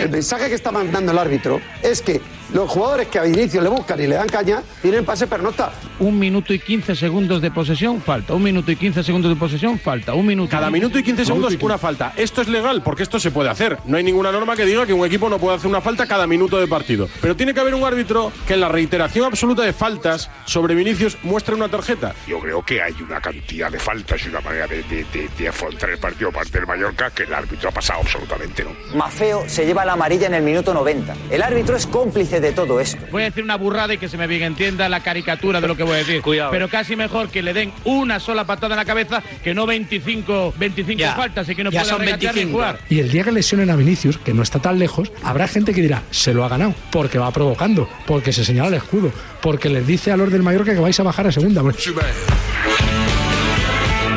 S35: El mensaje que está mandando el árbitro es que los jugadores que a Vinicius le buscan y le dan caña tienen pase pernocta.
S4: Un minuto y 15 segundos de posesión, falta. Un minuto y 15 segundos de posesión, falta. Un minuto.
S21: Cada minuto y 15 segundos una falta. Esto es legal porque esto se puede hacer. No hay ninguna norma que diga que un equipo no puede hacer una falta cada minuto de partido. Pero tiene que haber un árbitro que en la reiteración absoluta de faltas sobre Vinicius muestre una tarjeta.
S13: Yo creo que hay una cantidad de faltas y una manera de, de- de- de afrontar el partido por parte del Mallorca que el árbitro ha pasado absolutamente no.
S35: Mafeo se lleva la amarilla en el minuto 90. El árbitro es cómplice de todo esto.
S7: Voy a decir una burrada y que se me bien entienda la caricatura de lo que voy a decir.
S4: Cuidado.
S7: Pero casi mejor que le den una sola patada en la cabeza que no 25, 25
S5: Ya.
S7: faltas y que no
S5: Ya
S7: pueda
S5: son
S7: regatear ni
S5: 25.
S7: jugar.
S22: Y el día que lesionen a Vinicius, que no está tan lejos, habrá gente que dirá, se lo ha ganado, porque va provocando, porque se señala el escudo, porque les dice a los del Mallorca que vais a bajar a segunda.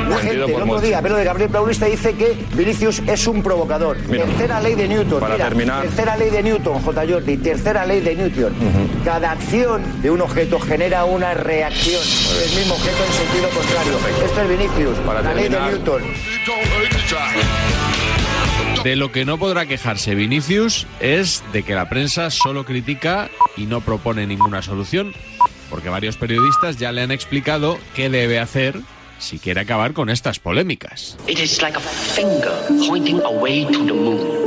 S35: La gente, el otro día, Pelo de Gabriel Paulista dice que Vinicius es un provocador.
S36: Mira,
S35: tercera ley de Newton.
S36: para
S35: mira,
S36: terminar.
S35: Tercera ley de Newton, J. Jordi. Tercera ley de Newton. Cada acción de un objeto genera una reacción del mismo objeto en sentido contrario. Esto es Vinicius.
S36: Para
S35: la ley
S36: terminar.
S35: de Newton.
S2: De lo que no podrá quejarse Vinicius es de que la prensa solo critica y no propone ninguna solución, porque varios periodistas ya le han explicado qué debe hacer si quiere acabar con estas polémicas.
S36: It is like a finger pointing away to the moon.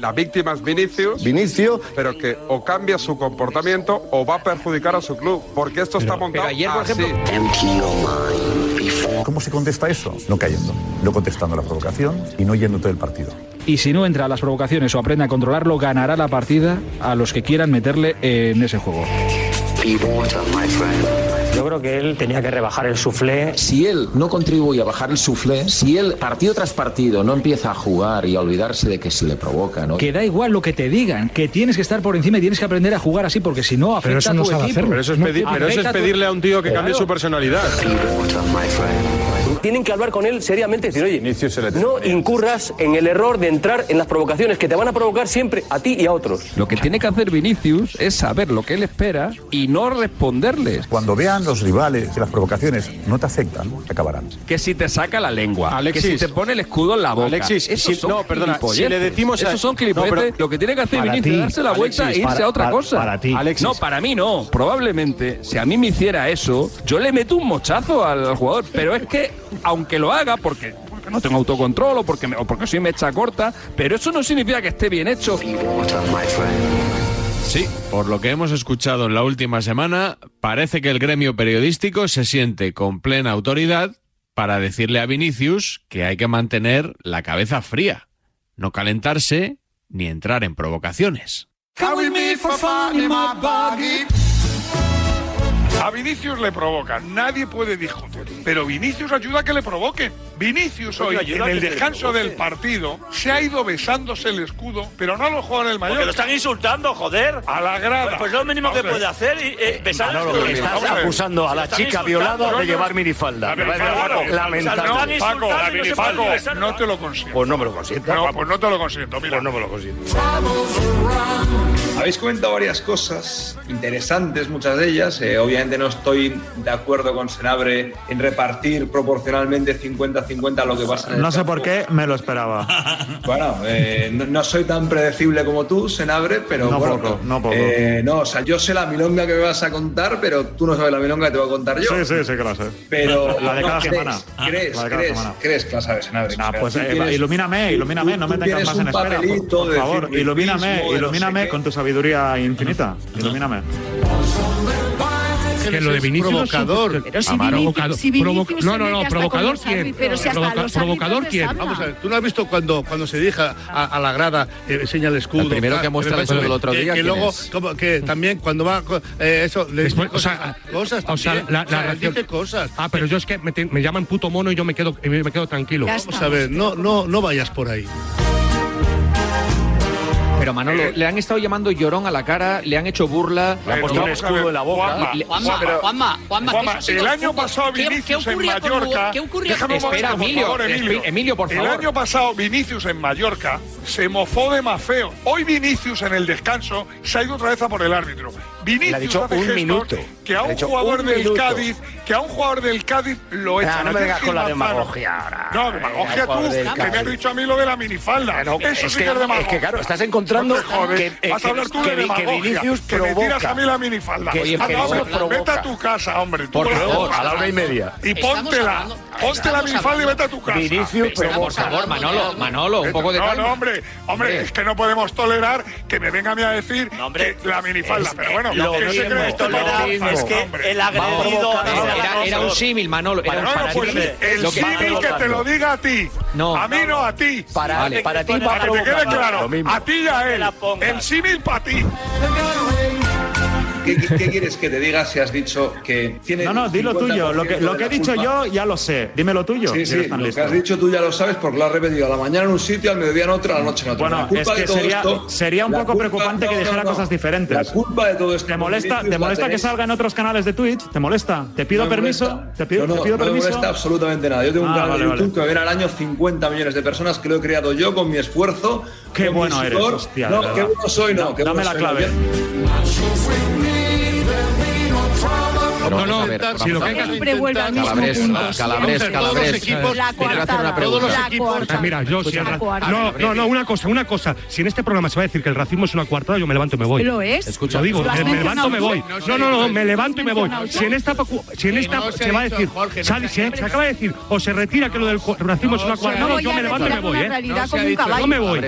S1: La víctima es Vinicius. Vinicius. Pero que o cambia su comportamiento o va a perjudicar a su club. Porque esto está montado así.
S37: ¿Cómo se contesta eso? No cayendo, no contestando la provocación y no yéndote del partido.
S4: Y si no entra a las provocaciones o aprende a controlarlo, ganará la partida a los que quieran meterle en ese juego.
S36: Be water, my friend.
S38: Yo creo que él tenía que rebajar el suflé.
S35: Si él no contribuye a bajar el suflé, si él partido tras partido no empieza a jugar y a olvidarse de que se le provoca, ¿no?
S39: Que da igual lo que te digan, que tienes que estar por encima y tienes que aprender a jugar así, porque si no, afecta
S21: Pero eso no
S39: a tu
S21: sabe
S39: equipo.
S21: hacerlo. Pero eso es pedi- pero eso es
S39: Afecta tu-
S21: pedirle a un tío que cambie
S39: Claro.
S21: su personalidad.
S40: Tienen que hablar con él seriamente y decir, oye, no incurras en el error de entrar en las provocaciones que te van a provocar siempre a ti y a otros.
S4: Lo que tiene que hacer Vinicius es saber lo que él espera y no responderles.
S41: Cuando vean los rivales que las provocaciones no te afectan, acabarán.
S4: Que si te saca la lengua,
S41: Alexis.
S4: que si te pone el escudo en la boca.
S41: Alexis, si-
S4: Esos son
S41: no, perdona,
S4: gilipolleces.
S41: si le decimos a-
S4: Esos son clipotes.
S41: No, pero-
S4: lo que tiene que hacer
S41: Para
S4: Vinicius es
S41: ti,
S4: darse la vuelta
S41: Alexis,
S4: e irse
S41: para-
S4: a otra
S41: para-
S4: cosa.
S41: para ti. Alexis.
S4: No, para mí no. Probablemente, si a mí me hiciera eso, yo le meto un mochazo al, al jugador. Pero es que, aunque lo haga, porque... porque No tengo autocontrol o porque, me- o porque soy mecha corta, pero eso no significa que esté bien hecho.
S2: Sí, por lo que hemos escuchado en la última semana, parece que el gremio periodístico se siente con plena autoridad para decirle a Vinicius que hay que mantener la cabeza fría, no calentarse ni entrar en provocaciones.
S13: A Vinicius le provocan, nadie puede discutir. Pero Vinicius ayuda a que le provoquen. Vinicius hoy,
S42: Oye,
S13: en
S42: ayuda a
S13: el
S42: que le
S13: descanso
S42: provoquen.
S13: del partido, se ha ido besándose el escudo, pero no a los jugadores del Mallorca.
S43: Porque lo están insultando, joder.
S13: A la grada.
S43: Pues, pues lo mínimo
S13: Vamos
S43: que
S13: a ver.
S43: puede hacer es eh, besar
S13: Manolo,
S43: el-
S13: que
S43: el-
S13: estás
S43: vamos ver.
S13: acusando a
S43: Se
S13: la
S43: lo están
S13: chica
S43: insultando.
S13: violada de
S43: No, no.
S13: llevar
S43: minifalda.
S13: La
S43: Me parece
S13: minifalda,
S43: algo lamentable.
S13: No,
S43: Están
S13: Paco,
S43: insultando
S13: la
S43: y no se
S13: minifaco,
S43: puede besar.
S13: no te lo consiento. Pues no me lo consiento. No, pues no te lo consiento, mira. Pues no me lo consiento.
S3: Habéis comentado varias cosas interesantes, muchas de ellas. Eh, obviamente no estoy de acuerdo con Senabre en repartir proporcionalmente 50-50 lo que pasa en el
S6: No sé
S3: campo.
S6: por qué, me lo esperaba.
S3: Bueno, eh, no, no soy tan predecible como tú, Senabre, pero
S6: No
S3: bueno,
S6: poco, no poco.
S3: eh, no, o sea, yo sé la milonga que me vas a contar, pero tú no sabes la milonga que te voy a contar yo.
S6: Sí, sí, sí que la sé.
S3: Pero
S6: La de
S3: no,
S6: cada
S3: crees,
S6: semana.
S3: Crees,
S6: La de cada
S3: crees,
S6: semana.
S3: crees que la sabes, Senabre.
S6: Nah,
S3: O sea,
S6: pues
S3: tú
S6: eh,
S3: tienes-
S6: ilumíname, ilumíname,
S3: tú-
S6: no me
S3: tú
S6: tengas
S3: tienes
S6: más
S3: un
S6: en espera. Por,
S3: papelito de
S6: favor,
S3: decir
S6: ilumíname,
S3: mismo, de no
S6: ilumíname con tu sabiduría infinita. Ilumíname.
S44: Que lo de Vinicius es provocador.
S45: Pero si
S44: Amaro.
S45: Vinicius-
S44: Provocador.
S45: si Vinicius
S44: Provo-
S45: se
S44: no, no,
S45: mete
S44: no,
S45: hasta con
S44: provocador
S45: los
S44: quién.
S45: árbitros, pero si hasta
S44: Provoca-
S45: los
S44: provocador
S45: árbitros les
S44: quién.
S45: habla.
S44: Vamos a ver, tú no has visto cuando, cuando se deja a, a la grada, eh, señala el escudo.
S1: El primero
S44: tal,
S1: que muestra
S44: me
S1: el
S44: parece
S1: escudo el otro
S44: que-
S1: día,
S44: Que
S1: ¿quién
S44: luego,
S1: es?
S44: como que también cuando va co- eh, eso, le
S22: Después,
S44: dice
S22: o sea,
S44: cosas- cosas.
S22: o sea,
S44: también.
S22: la-
S44: O sea,
S22: la
S44: dice
S22: ración-
S44: cosas.
S22: Ah, pero yo es que me, te- me llaman puto mono y yo me quedo, y me quedo tranquilo.
S44: Ya Vamos está. a ver, no- no, no vayas por ahí.
S1: Pero Manolo,
S3: Eh,
S1: le han estado llamando llorón a la cara, le han hecho burla.
S3: Le han puesto un
S1: Y-
S3: escudo en la boca.
S1: Y-
S3: Juanma,
S1: le-
S3: Juanma,
S1: pero-
S13: Juanma, Juanma, que eso ha sido
S3: el
S13: el
S3: año
S13: fútbol.
S3: pasado
S13: ¿Qué- Vinicius qué en ocurría con Mallorca. Hugo- qué ocurría Déjame un con- momento, Espera, por Emilio, favor, Emilio. espe- Emilio, por favor. El año pasado Vinicius en Mallorca se mofó de más feo. Hoy Vinicius en el descanso se ha ido otra vez a por el árbitro. Vinicius
S12: Le ha dicho
S13: hace
S12: un
S13: gestos
S12: minuto.
S13: que
S12: Le
S13: a
S12: ha
S13: un
S12: dicho
S13: jugador
S12: un
S13: del
S12: minuto.
S13: Cádiz, que a un jugador del Cádiz lo
S12: Ah,
S13: echan.
S12: no me
S13: Ayer
S12: vengas con la
S13: Gil Manzano.
S12: demagogia ahora.
S13: No, demagogia
S12: Ay,
S13: tú,
S12: jugador del
S13: que me has
S12: Cádiz. Ah,
S13: dicho a mí lo de la minifalda. Eso
S12: es
S13: sí
S12: que-
S13: que es demagogia.
S12: es que, claro, estás encontrando
S13: No te jodes.
S12: que- eh,
S13: Vas a
S12: que-
S13: hablar tú
S12: que-
S13: de
S12: que
S13: demagogia,
S12: Vinicius
S13: que me tiras
S12: provoca.
S13: a mí la minifalda. Pues
S12: Que-
S13: Anda,
S12: que
S13: hombre,
S12: Vinicius provoca.
S13: vete a tu casa, hombre. tú
S12: Por
S13: la
S12: favor,
S13: provoca.
S12: a la hora y media.
S13: Y
S12: Estamos
S13: póntela.
S12: hablando-
S13: Ponte la
S12: estamos
S13: minifalda y
S12: hablando-
S13: vete a tu casa.
S12: Vinicius Pero, por provoca. favor, Manolo, Manolo, un poco de
S13: No,
S12: calma.
S13: no, hombre. Hombre,
S12: Hombre.
S13: es que no podemos tolerar que me venga a mí a decir que la minifalda.
S1: es-
S13: Pero bueno,
S1: lo
S13: ¿qué se
S1: mismo,
S13: cree este
S1: lo
S13: Manolo?
S1: mismo.
S13: Pues,
S1: Es que
S13: hombre,
S1: el agredido-
S13: vamos,
S1: Era-
S13: vamos,
S1: era un
S13: vamos.
S1: símil, Manolo, era un
S13: Bueno,
S1: para-
S13: pues, el
S1: lo que-
S13: símil que te lo diga a ti.
S1: No.
S13: A mí no, a ti.
S1: Para- Vale. para ti va
S13: Para que te quede
S1: provocando.
S13: claro.
S1: Lo mismo.
S13: A ti y a él. El símil para ti.
S3: ¿Qué, qué- qué quieres que te diga si has dicho que tiene.
S6: No, no, di lo
S3: 50%
S6: tuyo. Lo que, lo
S3: de
S6: que he
S3: la
S6: dicho
S3: culpa?
S6: yo ya lo sé. Dime lo tuyo.
S3: Sí,
S6: si
S3: sí,
S6: eres tan
S3: lo que
S6: listo.
S3: has dicho tú ya lo sabes porque lo has repetido a la mañana en un sitio, al mediodía en otro, a la noche en otro.
S6: Bueno,
S3: La culpa
S6: es
S3: de
S6: que
S3: todo
S6: sería,
S3: esto-
S6: sería un
S3: la
S6: poco
S3: culpa-
S6: preocupante que
S3: no, no,
S6: dijera
S3: no.
S6: cosas diferentes.
S3: La culpa de todo esto.
S6: ¿Te molesta,
S3: Vinicius,
S6: ¿Te
S3: la
S6: molesta que
S3: tenéis.
S6: salga en otros canales de Twitch? ¿Te molesta? ¿Te pido
S3: No me
S6: permiso?
S3: molesta.
S6: ¿Te pido,
S3: no, no,
S6: te pido
S3: no me
S6: permiso?
S3: molesta absolutamente nada. Yo tengo un
S6: Ah,
S3: canal
S6: vale,
S3: de YouTube
S6: vale.
S3: que me ven al año 50 millones de personas que lo he creado yo con mi esfuerzo.
S6: Qué
S3: con mi
S6: bueno eres,
S3: sudor.
S6: hostia, de
S3: no,
S6: verdad.
S3: qué bueno soy, no. qué
S6: Dame
S3: bueno
S6: la
S3: soy,
S6: clave.
S3: no.
S1: Pero
S44: No,
S1: vamos
S44: no,
S1: a ver,
S44: si lo que hay que
S1: vamos a ver.
S44: hacer-
S1: Siempre vuelve al mismo Calabres, punto. Calabres,
S44: Vamos a ver, todos
S1: Calabres, eh,
S44: los equipos-
S1: la
S44: Quiero hacer una
S1: cuarta,
S44: pregunta.
S1: la cuarta.
S22: Ah, Mira, yo si
S45: Pues
S1: Escucha,
S22: es
S1: la
S22: ra-
S1: cuarta.
S22: No, no, no, una cosa, una cosa. Si en este programa se va a decir que el racismo es una cuartada, yo me levanto y me voy.
S45: Lo es.
S22: Lo digo,
S45: Lo has
S22: me, me
S45: mencionado
S22: levanto y me voy.
S45: tú.
S22: No, no, no, me levanto y me voy.
S45: mencionado tú.
S22: Si en esta, pacu- si en
S45: Que
S22: esta
S45: no se
S22: se,
S45: ha
S22: va a
S45: dicho,
S22: decir,
S45: Jorge, no
S22: sal-
S45: se ha
S22: se, se acaba de decir o se retira que lo del cu- racismo es una
S45: se ha
S22: cuartada,
S45: dicho.
S22: yo me levanto y me
S45: Voy a
S22: voy, ¿eh?
S45: retirar una realidad como un caballo.
S22: Yo me voy.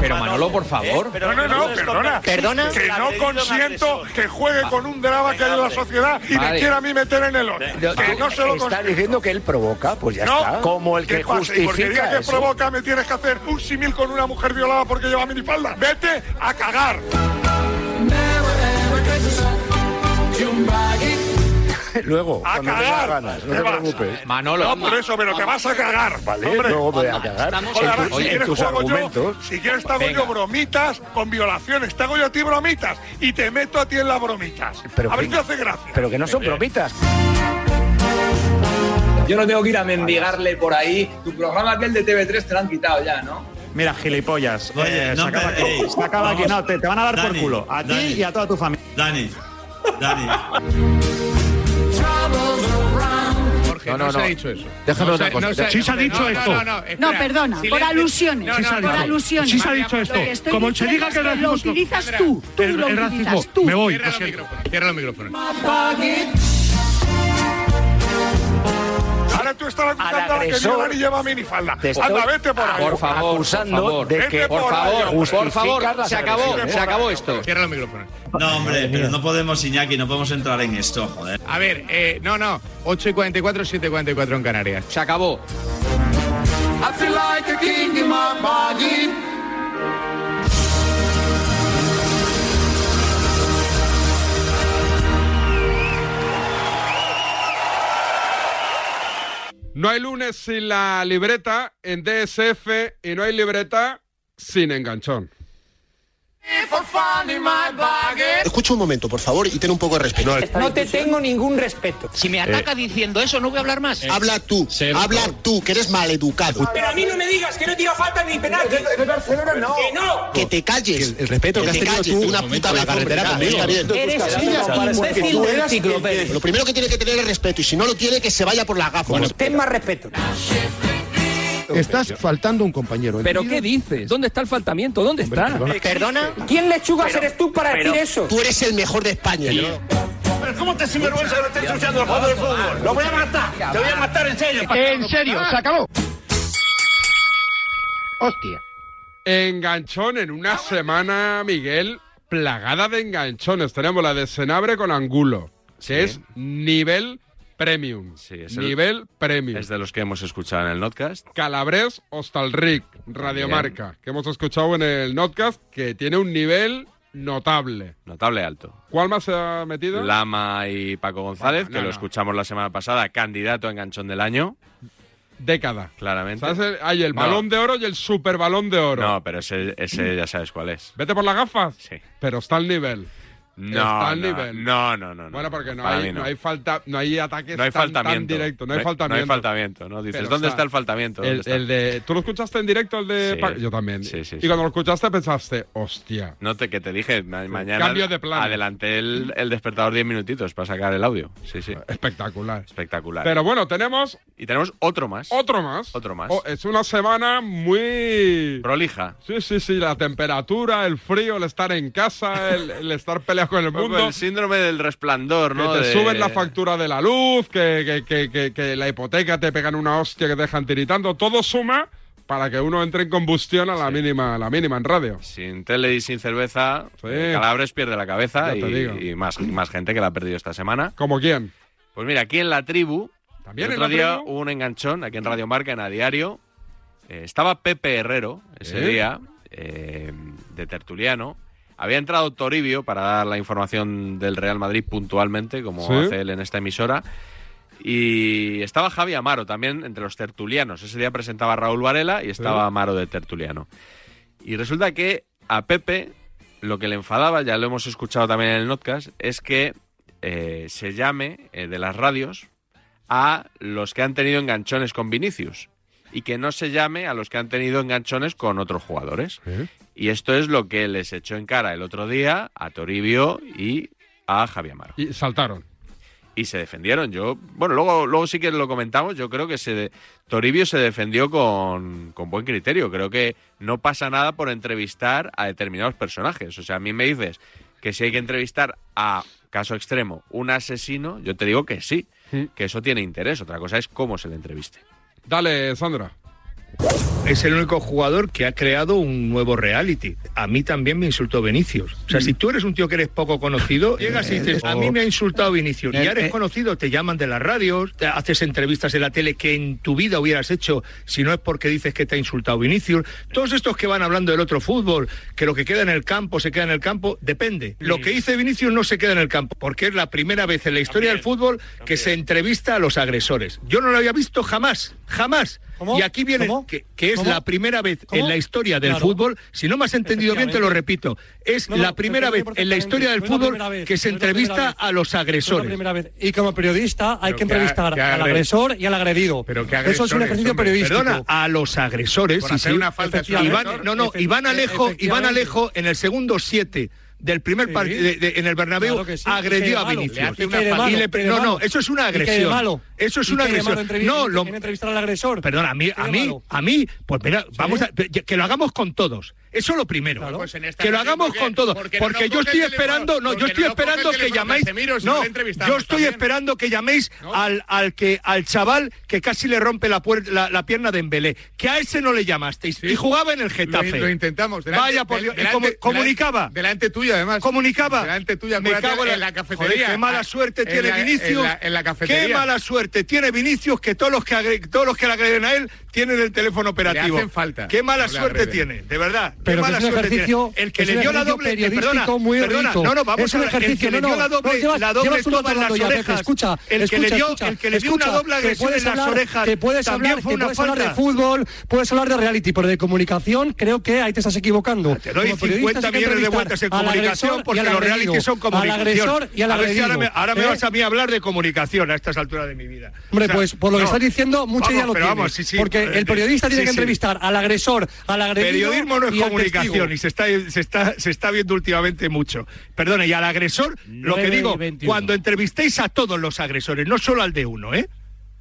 S35: Pero
S11: Pero Manolo,
S3: Eh,
S11: por favor.
S13: No, no, no, perdona.
S11: Perdona.
S13: Que no consiento que juegue con un drama que hay en la sociedad y me
S12: Vale.
S13: quiera a mí meter en el horno. Que Eh, no se lo
S12: Estás
S13: consiento.
S12: diciendo que él provoca, pues ya
S13: No.
S12: está. Como el que
S13: ¿Qué pasa? Y porque digas
S12: justifica
S13: que
S12: eso.
S13: provoca, me tienes que hacer un símil con una mujer violada porque lleva minifalda. Vete a cagar.
S12: Luego,
S13: A
S12: cuando
S13: cagar.
S12: tengas ganas, no
S13: Te
S12: te
S13: vas.
S12: preocupes.
S13: No, por eso, pero te vas a cagar.
S12: Vale,
S13: hombre.
S12: luego me voy a cagar.
S13: Joder,
S12: En,
S13: ahora,
S12: tu-
S13: si
S12: en
S13: quieres
S12: tus
S13: juego yo,
S12: argumentos.
S13: si quieres te hago
S12: Venga.
S13: yo bromitas con violaciones, te hago yo a ti bromitas y te meto a ti en las bromitas.
S12: Pero
S13: a ver
S12: que-
S13: qué hace gracia.
S12: Pero que no son
S13: Eh, eh.
S12: bromitas.
S46: Yo no tengo que ir a mendigarle por ahí. Tu programa aquel de TV3 te lo han quitado ya, ¿no?
S47: Mira, gilipollas. Oye,
S46: no
S47: se acaba
S46: me-
S47: aquí.
S46: ey,
S47: Se acaba aquí.
S46: vamos.
S47: No, te, te van a dar
S46: Dani,
S47: por culo. A ti
S46: Dani.
S47: y a toda tu familia.
S6: Dani, Dani. Jorge, no, se ha dicho eso. Déjame No una se- cosa. no se- Sí se ha dicho no, no, esto. No, no, espera.
S9: No, perdona,
S6: Silencio.
S9: por alusiones.
S6: No, no,
S9: por
S6: no.
S9: alusiones.
S6: Sí se ha dicho esto.
S9: Lo que estoy
S6: Como se
S9: diciendo
S6: diga
S9: es
S6: que el racismo
S9: lo
S6: es lo-
S9: utilizas tú. Tú
S6: el,
S9: lo
S6: el
S9: utilizas
S6: racismo.
S9: tú.
S6: Me voy.
S9: Cierra
S6: lo
S9: los
S6: siento. Cierra los micrófonos.
S13: Ahora tú estás acusando a la que
S12: agresor,
S13: violan y lleva minifalda.
S12: te estoy
S13: Anda, vete por ahí.
S12: por favor, acusando por favor. de
S13: Vete
S12: que-
S13: por,
S12: por
S13: ahí,
S12: favor,
S13: hombre.
S12: justifica
S6: Por favor,
S12: las
S6: se acabó,
S12: agresiones.
S6: se acabó esto. Cierra los micrófonos. No, hombre, pero no podemos, Iñaki, no podemos entrar en esto, joder. A ver, eh, no, no. 8 y 44, 7 y 44 en Canarias. Se acabó.
S48: I feel like a king in my body.
S1: No hay lunes sin la libreta en DSF y no hay libreta sin enganchón.
S48: For fun in my body.
S10: Escucha un momento, por favor, y ten un poco de respeto. No te tengo ningún respeto. Si me ataca diciendo eso, no voy a hablar más.
S6: Eh.
S10: habla tú, habla tú, que eres maleducado. Pero a mí no me digas que no tira falta ni penal.
S6: Eh,
S10: De Barcelona no. Que no. Que te calles. El, respeto que has tenido tú una puta vez conmigo. Eres imbécil de enciclopedia. Lo primero que tiene que tener es respeto, y si no lo tiene, que se vaya por la gafa. ten más respeto.
S49: Estás faltando un compañero.
S50: ¿Pero qué dices? ¿Dónde está el faltamiento? ¿Dónde está?
S10: ¿Perdona? ¿Quién lechugas eres tú para
S50: pero-
S10: decir eso? Tú eres el mejor de España.
S48: ¿Cómo te sinvergüenza que lo estés ensuciando el juego del fútbol? ¡Lo voy a matar! ¡Te voy a matar en serio!
S1: En serio, se
S48: acabó!
S1: Hostia. Enganchón en una semana, Miguel, plagada de enganchones. Tenemos la de Senabre con Angulo, que es nivel premium.
S2: el-
S1: nivel premium.
S2: Es de los que hemos escuchado en el podcast.
S1: Calabres Hostalric, Radiomarca, que hemos escuchado en el podcast, que tiene un nivel notable.
S2: Notable alto.
S1: ¿Cuál más se ha metido?
S2: Lama y Paco González,
S1: Bueno,
S2: que
S1: no,
S2: lo
S1: no.
S2: escuchamos la semana pasada, candidato a enganchón del año.
S1: Década.
S2: Claramente.
S1: ¿Sabes? El- hay el
S2: No.
S1: balón de oro y el super balón de oro.
S2: No, pero ese, ese ya sabes cuál es.
S1: Vete por las gafas. Sí. Pero está al nivel.
S2: No,
S1: Está al
S2: no,
S1: nivel.
S2: no, no, no, no.
S1: Bueno, porque no
S2: Para
S1: hay,
S2: mí
S1: no. hay falta, no hay ataques
S2: No hay
S1: tan- tan
S2: faltamiento.
S1: directos, no hay
S2: No hay- no hay
S1: faltamiento.
S2: faltamiento, ¿no? Dices, ¿dónde está el faltamiento? ¿Dónde
S1: El,
S2: está?
S1: el de, ¿Tú lo escuchaste en directo el de
S2: Sí.
S1: Pa- Yo también.
S2: Sí, sí,
S1: y
S2: sí.
S1: cuando lo escuchaste pensaste, hostia.
S2: No te que te dije, ma- mañana
S1: Cambio de plan.
S2: adelanté el, el despertador 10 minutitos para sacar el audio. Sí, sí.
S1: Espectacular.
S2: Espectacular.
S1: Pero bueno, tenemos
S2: y tenemos otro más.
S1: otro más.
S2: Otro más.
S1: Oh, es una semana muy...
S2: Prolija.
S1: Sí, sí, sí, la temperatura, el frío, el estar en casa, el, el estar peleado con el mundo.
S2: El síndrome del resplandor, pues, ¿no?
S1: Que te
S2: De-
S1: suben la factura de la luz, que, que- que- que- que la hipoteca te pegan una hostia que te dejan tiritando. Todo suma para que uno entre en combustión a la mínima, a la mínima en radio.
S2: Sin tele y sin cerveza, eh, Calabres pierde la cabeza
S1: Ya te digo.
S2: y, y más, más gente que la ha perdido esta semana.
S1: ¿Como quién?
S2: Pues mira, aquí en la tribu,
S1: ¿También
S2: el
S1: en
S2: otro
S1: la
S2: día
S1: tribu?
S2: hubo un enganchón, aquí en Radio Marca, en A Diario. Eh, estaba Pepe Herrero ese
S1: ¿Eh?
S2: día, eh, de tertuliano. Había entrado Toribio para dar la información del Real Madrid puntualmente, como
S1: Sí.
S2: hace él en esta emisora. Y estaba Javi Amaro también entre los tertulianos. Ese día presentaba Raúl Varela y estaba
S1: Sí.
S2: Amaro de tertuliano. Y resulta que a Pepe lo que le enfadaba, ya lo hemos escuchado también en el podcast, es que eh, se llame eh, de las radios a los que han tenido enganchones con Vinicius y que no se llame a los que han tenido enganchones con otros jugadores. Y esto es lo que les echó en cara el otro día a Toribio y a Javier Amaro
S1: Y saltaron.
S2: y se defendieron. Yo, bueno, luego, luego sí que lo comentamos. Yo creo que se de- Toribio se defendió con, con buen criterio. Creo que no pasa nada por entrevistar a determinados personajes. O sea, a mí me dices que si hay que entrevistar a caso extremo un asesino, yo te digo que sí, que eso tiene interés. Otra cosa es cómo se le entreviste.
S1: Dale, Sandra.
S3: es el único jugador que ha creado un nuevo reality. A mí también me insultó Vinicius. O sea, si tú eres un tío que eres poco
S4: Eh,
S3: conocido, llegas y dices, a mí me ha insultado Vinicius. Y ya eres conocido, te llaman de las radios, te haces entrevistas en la tele que en tu vida hubieras hecho si no es porque dices que te ha insultado Vinicius. Todos estos que van hablando del otro fútbol, que lo que queda en el campo se queda en el campo, depende. Lo que dice Vinicius no se queda en el campo, porque es la primera vez en la historia del fútbol que se entrevista a los agresores. Yo no lo había visto jamás, jamás. Y aquí viene que, que es
S4: ¿Cómo?
S3: la primera vez en la historia del
S4: Claro.
S3: fútbol, si no me has entendido bien te lo repito, es
S4: No, no,
S3: la primera
S4: te
S3: vez
S4: entendí
S3: en la historia del
S4: perfectamente.
S3: fútbol
S4: No es la primera vez,
S3: que se
S4: no es la primera
S3: entrevista
S4: vez.
S3: a los
S4: Fue la
S3: agresores.
S4: primera vez. Y como periodista hay que
S3: que ha-
S4: entrevistar
S3: que ha
S4: al
S3: agre-
S4: agresor y al agredido.
S3: Pero que
S4: Eso es un
S3: agresores,
S4: ejercicio
S3: hombre.
S4: periodístico.
S3: Perdona, a los agresores.
S4: Por
S3: sí,
S4: hacer
S3: sí.
S4: una falta a su
S3: Iván-
S4: agresor.
S3: no, no,
S4: Efe-
S3: Iván Alejo, Iván
S4: efectivamente.
S3: Alejo en el segundo 7 del primer
S4: Sí.
S3: partido en el Bernabéu
S4: Claro que sí. Y que de
S3: agredió a
S4: malo.
S3: Vinicius
S4: Le hace una
S3: Y le-
S4: falta.
S3: y le-
S4: Y que de
S3: no no
S4: malo.
S3: eso es una
S4: Y que de
S3: agresión
S4: malo.
S3: eso es
S4: Y
S3: una
S4: que de malo
S3: agresión
S4: entrevista-
S3: no
S4: en entrevistar al agresor
S3: perdona a mí a mí a mí pues mira vamos a que lo hagamos con todos eso lo primero
S6: Pues en esta
S3: que lo
S6: ocasión,
S3: hagamos
S6: porque-
S3: con todos
S6: porque
S3: porque,
S6: no nos
S3: yo
S6: coge
S3: estoy
S6: el teléfono,
S3: esperando no yo
S6: porque
S3: estoy
S6: no nos coge el
S3: esperando que
S6: teléfono
S3: llaméis
S6: Casemiro, si no
S3: no
S6: le entrevistamos
S3: yo estoy
S6: también.
S3: esperando que llaméis al al que al chaval que casi le rompe la puer- la, la pierna de Embelé que a ese no le llamasteis y jugaba en el Getafe
S9: Lo, lo intentamos.
S3: vaya por Dios. Y
S9: delante-
S3: comu-
S9: delante-
S3: comunicaba
S9: Delante tuyo, además.
S3: Comunicaba.
S9: Delante tuya.
S3: me
S9: acuérdate,
S3: cago en la,
S9: cafetería.
S3: Joder, qué mala
S9: Ah,
S3: suerte
S9: en
S3: tiene
S9: la- en
S3: Vinicius.
S9: la- en la cafetería.
S3: Qué mala suerte tiene Vinicius que todos los que agre- todos los que le agreden a él tienen el teléfono operativo.
S9: hacen falta.
S3: Qué mala
S9: No le
S3: suerte
S9: agreden.
S3: tiene, de verdad. qué
S4: Pero que
S3: mala
S4: es un
S3: suerte tiene.
S4: ejercicio-
S3: El que
S4: es un
S3: le dio la
S4: ejercicio
S3: doble eh,
S4: periodístico
S3: perdona,
S4: muy
S3: perdona,
S4: rico.
S3: no, no, vamos
S4: Es
S3: a
S4: un
S3: ver, el que
S4: ejercicio,
S3: le
S4: no,
S3: dio
S4: no,
S3: la doble,
S4: no, llevas-
S3: la doble
S4: llevas un
S3: toba en
S4: rato
S3: las
S4: hablando ya, Pepe,
S3: orejas.
S4: escucha,
S3: el que le
S4: escucha,
S3: dio,
S4: escucha,
S3: el que le dio
S4: escucha,
S3: una doble
S4: que
S3: agresión
S4: puedes
S3: en las
S4: hablar-
S3: orejas.
S4: Que puedes
S3: también
S4: hablar,
S3: fue
S4: que
S3: una
S4: puedes hablar de
S3: falta.
S4: fútbol, puedes hablar de reality, pero de comunicación creo que ahí te estás equivocando. Te
S3: Ah, doy 50 millones de vueltas en comunicación porque los reality son comunicación.
S4: Al agresor y al
S3: A ver si
S4: agredido.
S3: ahora me, ahora me
S4: ¿eh?
S3: vas a mí a hablar de comunicación a estas alturas de mi vida.
S4: Hombre,
S3: O sea,
S4: pues por lo que
S3: no.
S4: estás diciendo, mucho
S3: Vamos,
S4: ya lo
S3: pero
S4: tienes.
S3: vamos, sí, sí.
S4: porque el periodista tiene
S3: Sí,
S4: que
S3: sí.
S4: entrevistar al agresor, al agredido
S3: Periodismo no es
S4: y al
S3: comunicación
S4: testigo.
S3: y se está, se, está, se está viendo últimamente mucho. Perdone, y al agresor, lo que
S4: 9 y
S3: digo,
S4: 21.
S3: cuando entrevistéis a todos los agresores, no solo al de uno, ¿eh?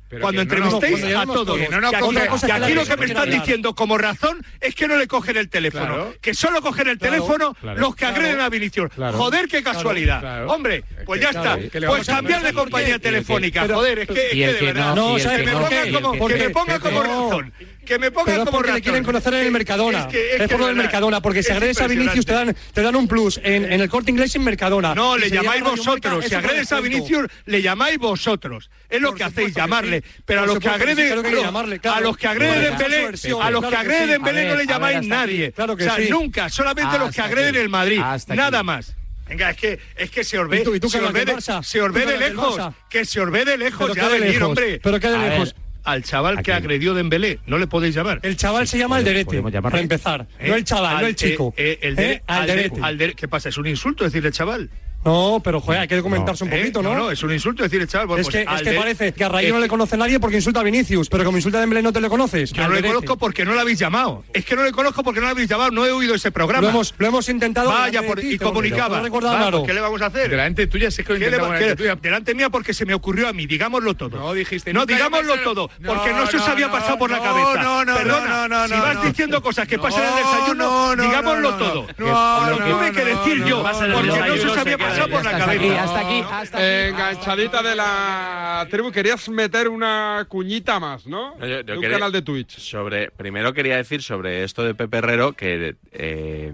S4: Pero
S3: cuando
S4: que no nos-
S3: entrevistéis
S4: cuando
S3: a
S4: llamemos
S3: todos.
S4: todos. Que no nos
S3: Que aquí-
S4: cogen.
S3: que
S4: Claro,
S3: aquí lo que
S4: claro,
S3: me están
S4: claro.
S3: diciendo como razón es que no le cogen el teléfono.
S4: Claro.
S3: Que solo cogen el
S4: Claro,
S3: teléfono
S4: claro,
S3: los que
S4: claro,
S3: agreden a Vinicius.
S4: claro,
S3: Joder, qué
S4: claro,
S3: casualidad.
S4: claro.
S3: Hombre, pues
S4: Es
S3: ya
S4: que, claro, ¿qué le
S3: está.
S4: vamos
S3: Pues
S4: a
S3: cambiar de
S4: hacer? ¿Y el
S3: compañía
S4: que-
S3: telefónica.
S4: pero-
S3: joder, es que, es
S4: y
S3: que
S4: el
S3: de
S4: que
S3: verdad.
S4: no, y el
S3: que
S4: que
S3: me
S4: no,
S3: ponga
S4: y el
S3: como-
S4: que
S3: que me
S4: no.
S3: ponga como
S4: No.
S3: razón. Que me ponga
S4: Pero es
S3: como
S4: porque
S3: razón.
S4: le quieren conocer en el Mercadona. Es,
S3: Es que- es que
S4: por lo
S3: de
S4: del
S3: verdad,
S4: Mercadona, porque si
S3: es
S4: agredes a Vinicius te dan, te dan un plus en, en el corte inglés y en Mercadona.
S3: No,
S4: Y
S3: le
S4: si
S3: llamáis
S4: llega Radio
S3: vosotros.
S4: Marca,
S3: Si
S4: eso es
S3: agredes a
S4: respeto.
S3: Vinicius, le llamáis vosotros. Es lo que hacéis, llamarle. Pero a
S4: Por
S3: los que
S4: supuesto que sí,
S3: agreden,
S4: claro que hay que llamarle, claro.
S3: a los que agreden
S4: Bueno,
S3: en
S4: esa es su
S3: Belén,
S4: versión,
S3: a los
S4: claro
S3: que
S4: que
S3: agreden
S4: sí.
S3: en Belén
S4: A
S3: no
S4: ver,
S3: le
S4: a ver,
S3: llamáis
S4: hasta aquí.
S3: nadie.
S4: Claro que
S3: o sea,
S4: sí. Ah,
S3: nunca, solamente los que
S4: Hasta
S3: agreden
S4: aquí.
S3: el Madrid.
S4: Hasta aquí.
S3: Nada más. Venga, es que, es que se os
S4: ¿Y
S3: ve,
S4: tú- y tú qué
S3: se os
S4: hablas
S3: ve
S4: del
S3: de,
S4: Barça?
S3: se os
S4: ¿Tú
S3: ve
S4: qué
S3: de
S4: hablas del
S3: lejos,
S4: Barça?
S3: que se os ve de lejos,
S4: Pero
S3: ya
S4: qué de
S3: venir,
S4: lejos,
S3: hombre.
S4: pero qué de
S3: A ver,
S4: lejos.
S3: Al chaval que agredió Dembélé, no le podéis llamar. pues
S4: El chaval se llama Alderete, para empezar.
S3: ¿Eh?
S4: No el chaval, no
S3: Al-
S4: el chico.
S3: eh, eh, el
S4: ¿Eh?
S3: dere- al dere-
S4: Alderete.
S3: al dere- ¿Qué pasa? ¿Es un insulto decirle chaval?
S4: No, pero joder, hay que documentarse un
S3: ¿Eh?
S4: poquito, ¿no?
S3: No, es un insulto decirle chaval. Bueno,
S4: Es
S3: pues,
S4: que, es
S3: al eh,
S4: que
S3: dere-
S4: parece que a Rayo
S3: Es
S4: no le
S3: que-
S4: conoce nadie porque insulta a Vinicius, pero como insulta a Dembélé no te le conoces.
S3: Yo no le
S4: Alderete.
S3: conozco porque no lo habéis llamado. Es que no le conozco porque no lo habéis llamado. No he oído ese programa.
S4: Lo hemos- lo hemos intentado delante
S3: Vaya,
S4: de
S3: por,
S4: ti,
S3: y
S4: te lo- te
S3: comunicaba.
S4: lo he recordado,
S3: Vamos,
S4: Álvaro.
S3: ¿Qué le vamos a hacer? Delante tuya, sí que
S4: lo intentamos delante
S3: Delante mía porque se me ocurrió a mí. Digámoslo todo. No dijiste. No,
S4: nunca
S3: digámoslo
S4: llamáis al-
S3: todo.
S4: No,
S3: Porque no, se os
S4: Ah, no,
S3: había
S4: no,
S3: pasado por la
S4: no,
S3: cabeza.
S4: no, no,
S3: Perdona,
S4: no, no,
S3: si
S4: no,
S3: vas
S4: no.
S3: diciendo cosas que
S4: No,
S3: pasan en el
S4: no,
S3: desayuno,
S4: no,
S3: digámoslo
S4: no, no,
S3: todo.
S4: no,
S3: Os lo
S4: no,
S3: tuve que
S4: no,
S3: decir
S4: no,
S3: yo
S4: no, pasa en el
S3: porque no se
S4: desayuno,
S3: os había
S4: se queda
S3: pasado
S4: ahí,
S3: por la
S4: hasta aquí,
S3: cabeza.
S4: hasta aquí,
S1: No, Enganchadita de la tribu. Querías meter una cuñita más, ¿no?
S2: No, Eh, yo- yo
S1: De un
S2: quería-
S1: canal de Twitch.
S2: Sobre, primero quería decir sobre esto de Pepe Herrero que eh,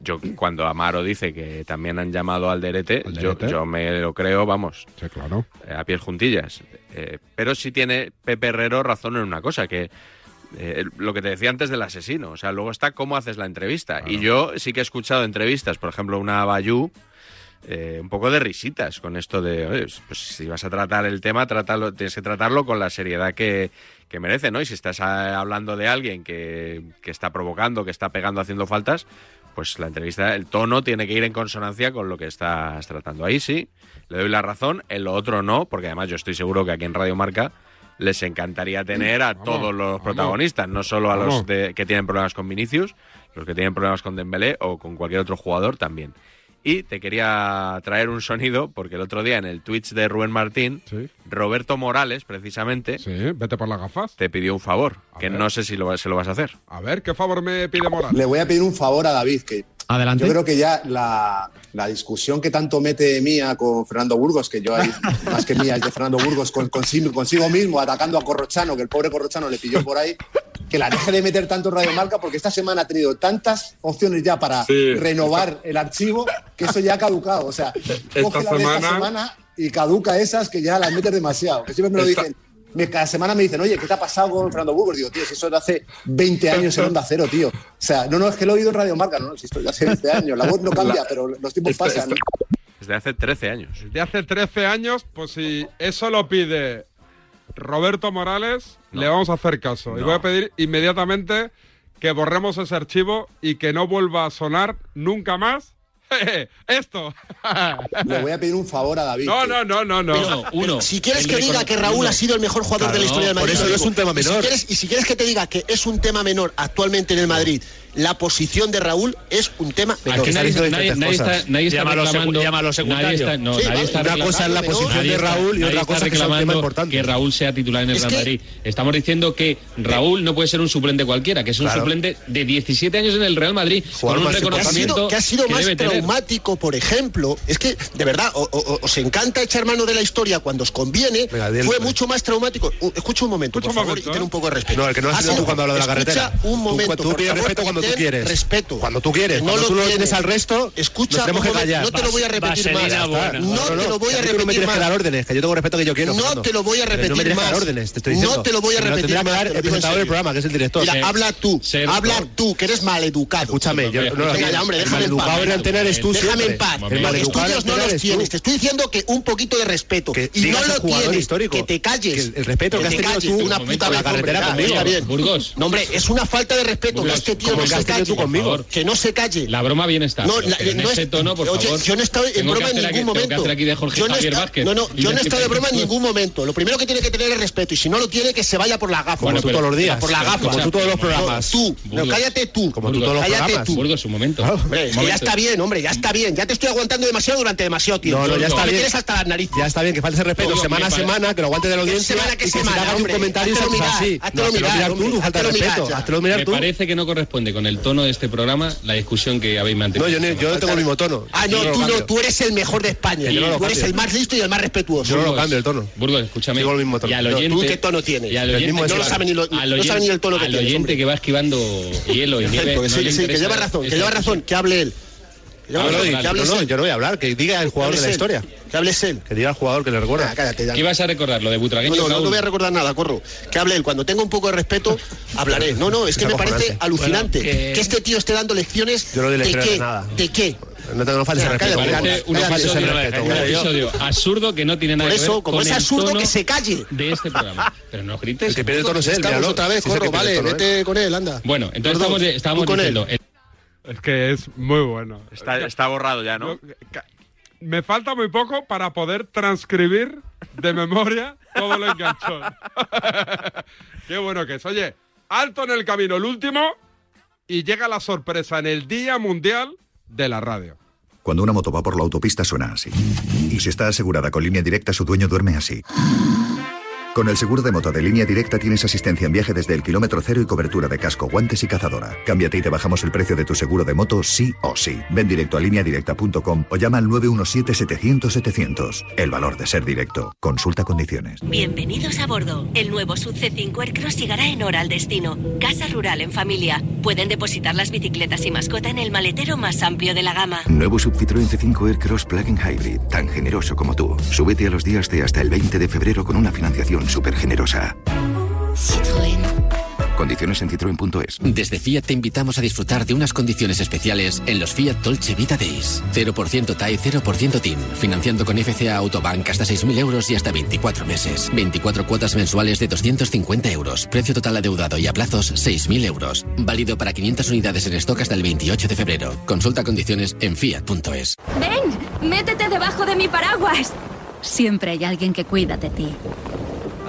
S2: yo cuando Amaro dice que también han llamado al Derete, yo,
S1: Derete.
S2: yo me lo creo, vamos,
S1: Sí, claro.
S2: eh, a pies juntillas. Eh, pero sí tiene Pepe Herrero razón en una cosa, que eh, lo que te decía antes del asesino, o sea, luego está cómo haces la entrevista. Y yo sí que he escuchado entrevistas, por ejemplo, una a Bayú, eh, un poco de risitas con esto de, oye, pues si vas a tratar el tema, trátalo, tienes que tratarlo con la seriedad que, que merece, ¿no? Y si estás ah, hablando de alguien que, que está provocando, que está pegando, haciendo faltas, pues la entrevista, el tono tiene que ir en consonancia con lo que estás tratando. Ahí sí, le doy la razón, en lo otro no, porque además yo estoy seguro que aquí en Radio Marca les encantaría tener a todos los protagonistas, no solo a
S1: vamos.
S2: los de- que tienen problemas con Vinicius, los que tienen problemas con Dembélé o con cualquier otro jugador también. Y te quería traer un sonido, porque el otro día en el Twitch de Rubén Martín, Roberto Morales, precisamente,
S1: vete por las gafas.
S2: te pidió un favor, que no sé si lo, va- se lo vas a hacer.
S1: A ver, ¿qué favor me pide Morales?
S51: Le voy a pedir un favor a David, que
S1: Adelante.
S51: yo creo que ya la, la discusión que tanto mete mía con Fernando Burgos, que yo ahí, más que mía, es de Fernando Burgos, con, consigo, consigo mismo, atacando a Corrochano, que el pobre Corrochano le pilló por ahí,
S3: que la deje de meter tanto en Radio Marca porque esta semana ha tenido tantas opciones ya para
S1: Sí.
S3: renovar el archivo que eso ya ha caducado. O sea,
S1: Esta
S3: coge la de esta
S1: semana-
S3: semana y caduca esas que ya las metes demasiado. Que siempre me lo
S1: Esta-
S3: dicen. Me- cada semana me dicen, oye, ¿qué te ha pasado con Fernando Burgos? Digo, tío, si eso de hace 20 años en Onda Cero, tío. O sea, no, no, es que lo he oído en Radio Marca, no, no, si esto es de hace 20 años. La voz no cambia,
S1: La-
S3: pero los tiempos
S1: Esto-
S3: pasan.
S2: Desde hace 13 años.
S1: De hace 13 años, pues si eso lo pide Roberto Morales, le vamos a hacer caso. ¿eh? Y
S2: No.
S1: voy a pedir inmediatamente que borremos ese archivo y que no vuelva a sonar nunca más esto.
S3: Le voy a pedir un favor a David.
S1: No, no, no, no, no.
S10: Si quieres que diga que Raúl ha sido el mejor jugador de la historia del Madrid, lo digo. Y si quieres- y si quieres que te diga que es un tema menor actualmente en el Madrid, la posición de Raúl es un tema menor.
S4: Aquí nadie, nadie- nadie está, nadie está reclamando. nadie está, no,
S10: Sí,
S4: nadie
S10: vale,
S4: está
S10: una
S4: reclamando-
S10: cosa es la
S4: nadie
S10: posición de
S4: está-
S10: Raúl y
S4: nadie
S10: otra
S4: está
S10: cosa es que sea un tema
S4: reclamando
S10: importante.
S4: que Real sea titular en el
S10: Es
S4: Real
S10: que-
S4: Madrid. Estamos diciendo que Raúl no puede ser un suplente cualquiera, que es un
S10: Claro.
S4: suplente de 17 años en el Real Madrid con un
S10: que ha sido,
S4: reconocimiento
S10: que ha sido más
S4: debe tener.
S10: traumático, por ejemplo, es que de verdad o- o- o- os encanta echar mano de la historia cuando os conviene.
S21: dile,
S10: fue
S21: hombre.
S10: mucho más traumático. Uh, Escucha un momento, por favor, y
S1: ¿eh?
S10: ten un poco de respeto.
S21: No, el que no lo has
S10: Ha
S21: sido tú
S10: sido-
S21: cuando hablas de la
S10: escucha
S21: carretera.
S10: Un
S21: Tú-
S10: momento,
S21: tú,
S10: por
S21: pides
S10: favor,
S21: respeto cuando tú
S10: ten
S21: quieres.
S10: Respeto.
S21: Cuando tú quieres.
S10: No
S21: cuando
S10: lo
S21: tú no lo
S10: tienes.
S21: tienes al resto,
S10: Escucha,
S21: nos tenemos
S10: un
S21: que
S10: momento,
S21: callar.
S10: no te lo voy a repetir más.
S21: Ya está.
S10: No te lo voy a
S21: si tú no me
S10: repetir
S21: tienes que dar
S10: más.
S21: órdenes, que yo tengo respeto que yo quiero.
S10: No
S21: Fernando.
S10: te lo voy a
S21: Pero
S10: repetir
S21: No me tienes que dar
S10: más.
S21: órdenes, te estoy
S10: No
S21: diciendo.
S10: te lo voy a
S21: Pero
S10: repetir
S21: tendrá que
S10: más,
S21: dar
S10: te lo
S21: el
S10: digo en
S21: presentador del
S10: serio.
S21: programa, que es el director.
S10: Mira, habla tú,
S21: Ser-
S10: habla tú, que eres maleducado. Escúchame,
S21: yo- no, no,
S10: Venga, ya, hombre,
S21: el
S10: déjame en paz.
S21: maleducado en la antena eres tú
S10: Déjame
S21: siempre.
S10: en paz.
S21: El
S10: Los
S21: maleducado en la
S10: estudios no
S21: antena
S10: los
S21: eres tú.
S10: tienes. Te estoy diciendo que un poquito de respeto. y
S21: digas
S10: no
S21: al
S10: lo
S21: jugador
S10: tienes.
S21: histórico.
S10: Que te calles.
S21: Que el respeto que
S10: te
S21: has tenido
S10: calles,
S21: tú
S10: una
S21: con
S10: puta
S21: la
S10: vez, hombre,
S21: carretera
S10: ya,
S21: conmigo.
S10: está bien.
S21: Burgos.
S10: No, hombre, es una falta de respeto que
S4: Burgos,
S10: este tío
S4: como
S10: no
S4: el
S10: se
S4: que has tenido
S10: calle.
S4: tú conmigo.
S10: Por favor. Que no se calle.
S4: La broma bien está.
S10: No,
S4: pero
S10: la- eh,
S4: que en
S10: no
S4: este
S10: es-
S4: tono, por
S10: Oye,
S4: favor.
S10: yo no he estado en
S4: tengo que
S10: broma en
S4: hacer aquí-
S10: ningún
S4: tengo que
S10: momento.
S4: hacer aquí de Jorge
S10: Yo no he
S4: Javier
S10: estado-
S4: Vázquez.
S10: No, no, yo no he
S21: este
S4: Dices
S10: estado de
S4: que-
S10: broma en ningún momento. Lo primero que tiene que tener es respeto. Y si no lo tiene, que se vaya por la gafa.
S21: Como tú todos los días.
S10: Por la gafa.
S21: Como tú todos los programas.
S10: No, tú. No,
S21: Burgos.
S10: cállate tú.
S21: Como tú todos los
S10: cállate
S21: programas.
S10: tú. Ah,
S21: Burgos, un momento.
S10: Hombre, es que ya está bien, hombre, ya está bien. Ya te estoy aguantando demasiado durante demasiado tiempo.
S21: No, no, ya está
S10: Me
S21: bien.
S10: tienes hasta las narices.
S21: Ya está bien, que falte ese respeto
S10: Burgos,
S21: semana
S10: me
S21: a
S10: pare-
S21: semana, que lo aguantes de la
S10: ¿Qué
S21: audiencia.
S10: semana, qué
S21: y que se
S10: semana,
S21: te haga un
S10: hombre?
S21: comentario
S10: Háztelo
S21: pues,
S10: mirar,
S21: así.
S10: háztelo
S21: No, te lo
S10: mirar,
S21: miras tú,
S10: hombre,
S21: tú, falta de
S10: háztelo mirar
S21: respeto.
S10: ya.
S21: Hazte lo mirar
S4: Me
S21: tú.
S4: parece que no corresponde con el tono de este programa la discusión que habéis mantenido.
S21: No, yo, ni- yo no tengo el mismo tono.
S10: Ah, no,
S21: Yo lo
S10: tú no,
S21: cambio.
S10: tú eres el mejor de España.
S21: Que yo no lo
S10: tú eres
S21: cambio.
S10: el más listo y el más respetuoso.
S21: Yo no lo cambio el tono.
S4: Burgos, escúchame.
S21: Sigo el mismo tono.
S4: Y al
S21: No,
S4: oyente,
S21: ¿tú qué tono tienes?
S4: Y al
S21: El
S4: oyente,
S21: mismo
S4: que
S21: de
S10: No
S21: siempre.
S4: va-
S10: lo sabe ni lo-
S4: al
S10: no sabe ni el tono que
S4: al
S10: tienes,
S4: oyente
S10: hombre.
S4: que va esquivando hielo y nieve.
S10: Perfecto, que
S4: no
S10: sí,
S4: le
S10: que sí, que
S4: interesa
S10: lleva razón, que
S4: esta
S10: lleva razón, que hable él. Que lleva
S21: No, no,
S10: razón, que hable
S21: no, no,
S10: él.
S21: yo no voy a hablar, que diga el jugador de la
S10: él.
S21: historia.
S10: Que hables él.
S21: Que diga el jugador que le recuerda.
S10: Ah, cállate ya.
S4: ¿Qué ibas a recordar? ¿Lo de Butragueño?
S10: No, no, no,
S4: Raúl?
S10: no voy a recordar nada, corro. Que hable él. Cuando tenga un poco de respeto, hablaré. No, no, es que
S21: Es
S10: me parece
S21: acojonante.
S10: alucinante
S21: Bueno,
S10: que...
S21: que-
S10: este tío esté dando lecciones
S21: Yo no doy
S10: de
S21: lecciones
S10: qué.
S21: de nada.
S10: ¿De qué?
S21: No te no faltes el
S10: Mira,
S21: respeto.
S10: cállate,
S21: Burgos.
S4: Parece un
S21: Cállate
S4: episodio,
S21: ese respeto,
S4: un
S21: Burgos.
S4: episodio absurdo que no tiene nada
S10: Por
S4: que
S10: eso,
S4: ver
S10: como
S4: con
S10: es
S4: el
S10: absurdo
S4: tono
S10: que se calle.
S4: de este programa. Pero no grites.
S21: El que pierde el tono es él,
S10: Estamos
S21: míralo.
S10: otra vez,
S21: Sí, es el
S10: corro,
S21: que pierde
S10: vale,
S21: el tono, ¿eh?
S10: vete con él, anda.
S4: Bueno, entonces
S10: Gordo,
S4: estamos, de-
S10: tú
S4: estábamos
S10: con él.
S4: diciendo... el-
S1: Es que es muy bueno.
S2: Está, está borrado ya, ¿no?
S1: Me falta muy poco para poder transcribir de memoria todo lo enganchón. Qué bueno que es. Oye, alto en el camino, el último, y llega la sorpresa en el Día Mundial de la Radio.
S37: Cuando una moto va por la autopista suena así. Y si está asegurada con línea directa, su dueño duerme así. Con el seguro de moto de línea directa tienes asistencia en viaje desde el kilómetro cero y cobertura de casco, guantes y cazadora. Cámbiate y te bajamos el precio de tu seguro de moto sí o sí. Ven directo a lineadirecta.com o llama al 917-700-700. El valor de ser directo. Consulta condiciones.
S5: Bienvenidos a bordo. El nuevo Sub C5 Aircross llegará en hora al destino. Casa rural en familia. Pueden depositar las bicicletas y mascota en el maletero más amplio de la gama.
S52: Nuevo Sub Citroën C5 Aircross Plug-in Hybrid, tan generoso como tú. Súbete a los días de hasta el 20 de febrero con una financiación súper generosa. Condiciones en citroen.es.
S53: Desde Fiat te invitamos a disfrutar de unas condiciones especiales en los Fiat Dolce Vita Days. 0% TAE, 0% TIN. Financiando con FCA Autobank hasta 6.000 euros y hasta 24 meses. 24 cuotas mensuales de 250 euros. Precio total adeudado y a plazos 6.000 euros. Válido para 500 unidades en stock hasta el 28 de febrero. Consulta condiciones en fiat.es.
S35: Ven, métete debajo de mi paraguas. Siempre hay alguien que cuida de ti.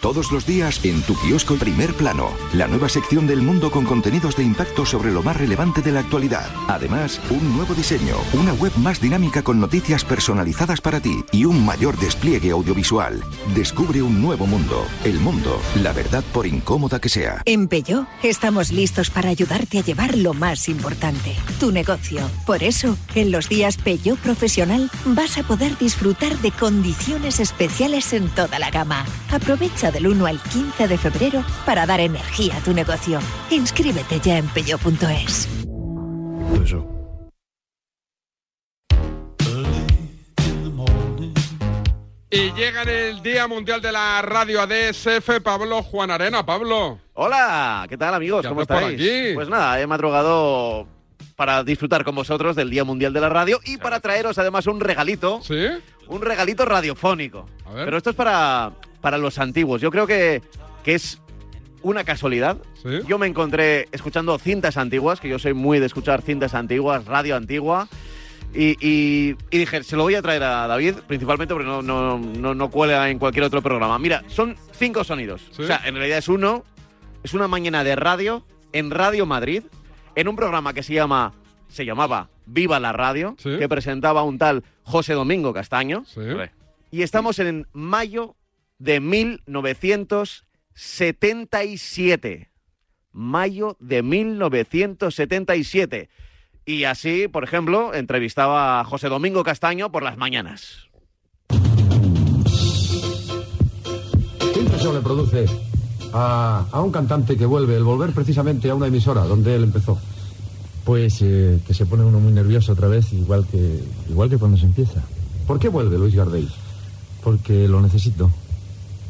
S52: Todos los días en tu kiosco Primer Plano, la nueva sección del mundo con contenidos de impacto sobre lo más relevante de la actualidad. Además, un nuevo diseño, una web más dinámica con noticias personalizadas para ti y un mayor despliegue audiovisual. Descubre un nuevo mundo, el mundo, la verdad por incómoda que sea.
S5: En Peugeot estamos listos para ayudarte a llevar lo más importante, tu negocio. Por eso, en los días Peugeot Profesional vas a poder disfrutar de condiciones especiales en toda la gama. Aprovecha del 1 al 15 de febrero para dar energía a tu negocio. Inscríbete ya en peugeot.es.
S1: Y llega en el Día Mundial de la Radio ADSF, Pablo Juan Arena. Pablo.
S7: Oh, Hola, ¿qué tal amigos?
S1: ¿Qué
S7: ¿Cómo
S1: haces por
S7: estáis? Pues nada, he madrugado para disfrutar con vosotros del Día Mundial de la Radio y para traeros además un regalito.
S1: ¿Sí?
S7: Un regalito radiofónico. Pero esto es para, para los antiguos. Yo creo que, que es una casualidad. Yo me encontré escuchando cintas antiguas, que yo soy muy de escuchar cintas antiguas, radio antigua. Y, y- y dije, se lo voy a traer a David, principalmente porque no, no, no, no cuela en cualquier otro programa. Mira, son cinco sonidos. O sea, en realidad es uno, es una mañana de radio en Radio Madrid, en un programa que se llama se llamaba Viva la Radio, que presentaba un tal José Domingo Castaño. Y estamos en mayo de 1977. Mayo de 1977. Y así, por ejemplo, entrevistaba a José Domingo Castaño por las mañanas.
S11: ¿Qué impresión le produce a, a un cantante que vuelve, el volver precisamente a una emisora donde él empezó?
S54: Pues eh, que se pone uno muy nervioso otra vez, igual que, igual que cuando se empieza.
S11: ¿Por qué vuelve Luis Gardel?
S54: Porque lo necesito.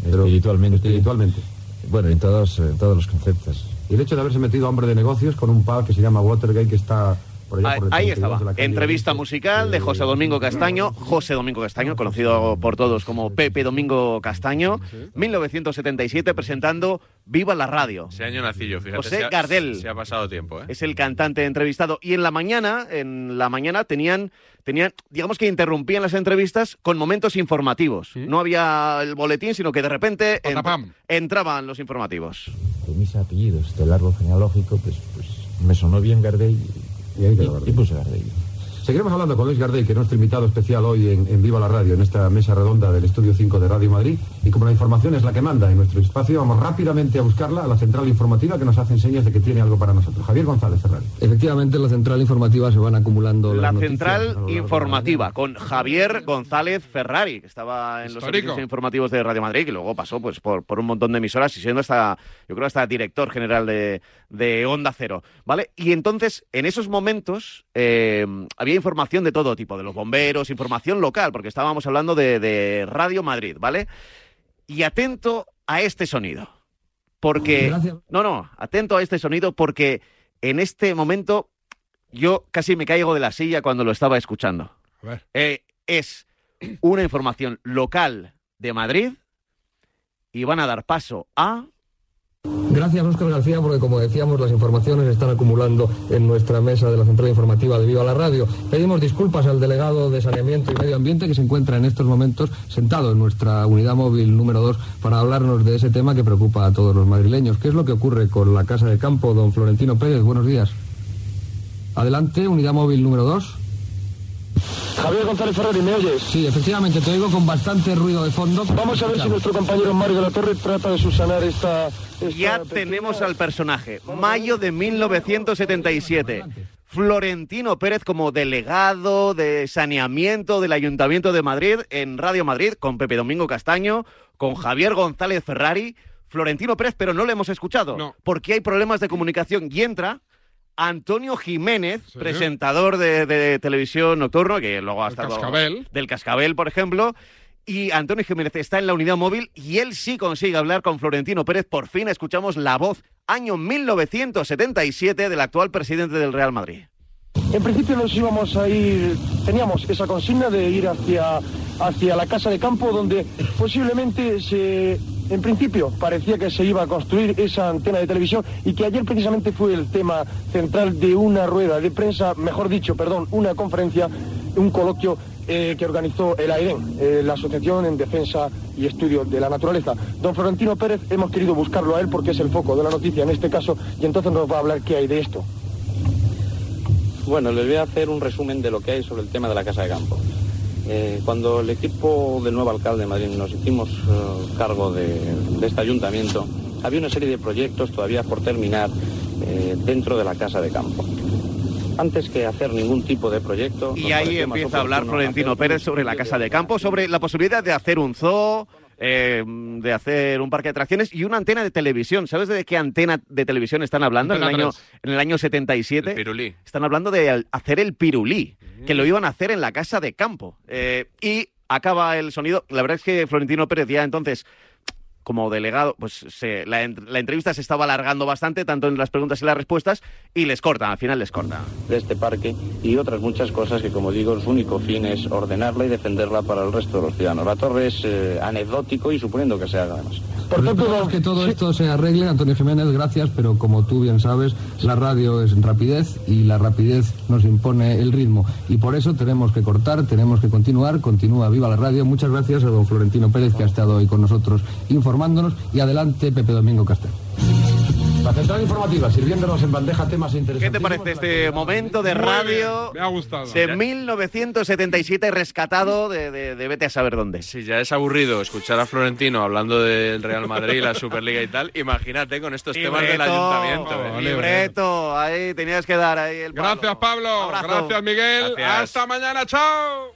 S54: espiritualmente.
S11: espiritualmente.
S54: Bueno, en todos, en todos los conceptos.
S11: Y el hecho de haberse metido a hombre de negocios con un pub que se llama Watergate, que está por allá
S7: Ahí,
S11: por el
S7: ahí
S11: 32
S7: estaba.
S11: de la calle.
S7: Entrevista musical de José Domingo Castaño. José Domingo Castaño, conocido por todos como Pepe Domingo Castaño, 1977, presentando Viva la Radio.
S2: Ese año nací yo, fíjate.
S7: José
S2: se ha-
S7: Gardel.
S2: Se ha pasado tiempo, ¿eh?
S7: Es el cantante entrevistado. Y en la mañana, en la mañana tenían, tenían digamos que interrumpían las entrevistas con momentos informativos. No había el boletín, sino que de repente ent- entraban los informativos.
S54: De mis apellidos, del árbol genealógico, pues, pues me sonó bien Gardel y, y, y puse Gardel.
S11: Seguiremos hablando con Luis Gardel, que es nuestro invitado especial hoy en, en Viva la Radio, en esta mesa redonda del Estudio 5 de Radio Madrid. Y como la información es la que manda en nuestro espacio, vamos rápidamente a buscarla a la central informativa que nos hace señas de que tiene algo para nosotros. Javier González Ferrari.
S54: Efectivamente, en la central informativa se van acumulando
S7: La
S54: las noticias.
S7: central informativa con Javier González Ferrari, que estaba en los
S54: Histórico.
S7: servicios informativos de Radio Madrid, que luego pasó pues por, por un montón de emisoras y siendo hasta, yo creo, hasta director general de, de Onda Cero. ¿Vale? Y entonces, en esos momentos, eh, había información de todo tipo, de los bomberos, información local, porque estábamos hablando de, de Radio Madrid, ¿vale? Y atento a este sonido. Porque. No, no, atento a este sonido, porque en este momento yo casi me caigo de la silla cuando lo estaba escuchando.
S1: A ver.
S7: Eh, es una información local de Madrid y van a dar paso a...
S54: Gracias, Óscar García, porque como decíamos, las informaciones se están acumulando en nuestra mesa de la central informativa de Viva la Radio. Pedimos disculpas al delegado de Saneamiento y Medio Ambiente que se encuentra en estos momentos sentado en nuestra unidad móvil número 2 para hablarnos de ese tema que preocupa a todos los madrileños. ¿Qué es lo que ocurre con la Casa de Campo, don Florentino Pérez? Buenos días. Adelante, unidad móvil número 2. Javier González Ferrari, ¿me oyes? Sí, efectivamente, te oigo con bastante ruido de fondo. Vamos a ver si nuestro compañero Mario de la Torre trata de subsanar esta...
S7: Ya tenemos al personaje, mayo de 1977. Florentino Pérez como delegado de saneamiento del Ayuntamiento de Madrid en Radio Madrid con Pepe Domingo Castaño, con Javier González Ferrari. Florentino Pérez, pero no le hemos escuchado porque hay problemas de comunicación y entra Antonio Jiménez, presentador de, de televisión nocturno, que luego ha estado
S1: Cascabel.
S7: del Cascabel, por ejemplo. Y Antonio Jiménez está en la unidad móvil y él sí consigue hablar con Florentino Pérez. Por fin escuchamos la voz, año 1977, del actual presidente del Real Madrid.
S11: En principio nos íbamos a ir, teníamos esa consigna de ir hacia, hacia la casa de campo donde posiblemente se, en principio parecía que se iba a construir esa antena de televisión y que ayer precisamente fue el tema central de una rueda de prensa, mejor dicho, perdón, una conferencia, un coloquio
S3: eh, que organizó el AEDEN, eh, la Asociación en Defensa y Estudio de la Naturaleza. Don Florentino Pérez, hemos querido buscarlo a él porque es el foco de la noticia en este caso y entonces nos va a hablar qué hay de esto.
S4: Bueno, les voy a hacer un resumen de lo que hay sobre el tema de la Casa de Campo. Eh, cuando el equipo del nuevo alcalde de Madrid nos hicimos eh, cargo de, de este ayuntamiento, había una serie de proyectos todavía por terminar eh, dentro de la Casa de Campo. Antes que hacer ningún tipo de proyecto... nos
S7: Y ahí
S4: pareció más
S7: empieza a hablar
S4: oportuno
S7: Florentino Pérez sobre la casa de campo, sobre la posibilidad de hacer un zoo, eh, de hacer un parque de atracciones y una antena de televisión. ¿Sabes de qué antena de televisión están hablando en el,
S2: Antena
S7: año, en el año 77?
S2: Pirulí.
S7: Están hablando de al- hacer el pirulí, que lo iban a hacer en la casa de campo. Eh, y acaba el sonido. La verdad es que Florentino Pérez ya entonces, como delegado, pues se- la, en- la entrevista se estaba alargando bastante, tanto en las preguntas y las respuestas, y les cortan, al final les cortan.
S4: de este parque y otras muchas cosas que, como digo, su único fin es ordenarla y defenderla para el resto de los ciudadanos. La torre es eh, anecdótico y suponiendo que se haga además.
S54: Pues esperamos que todo esto se arregle, Antonio Jiménez, gracias, pero como tú bien sabes, la radio es rapidez y la rapidez nos impone el ritmo. Y por eso tenemos que cortar, tenemos que continuar, continúa viva la radio. Muchas gracias a don Florentino Pérez que ha estado hoy con nosotros informándonos y adelante Pepe Domingo Castel. La central informativa, sirviéndonos en bandeja temas interesantes.
S7: ¿Qué te parece este momento de radio
S55: Me ha gustado.
S7: de 1977 rescatado de, de- de vete a saber dónde?
S2: Si ya es aburrido escuchar a Florentino hablando del Real Madrid, la Superliga y tal, imagínate con estos temas del
S7: Libreto,
S2: ayuntamiento. ¿eh?
S7: Libreto, ahí tenías que dar ahí el
S55: Gracias, Pablo. Gracias, Miguel.
S2: Gracias.
S55: Hasta mañana. Chao.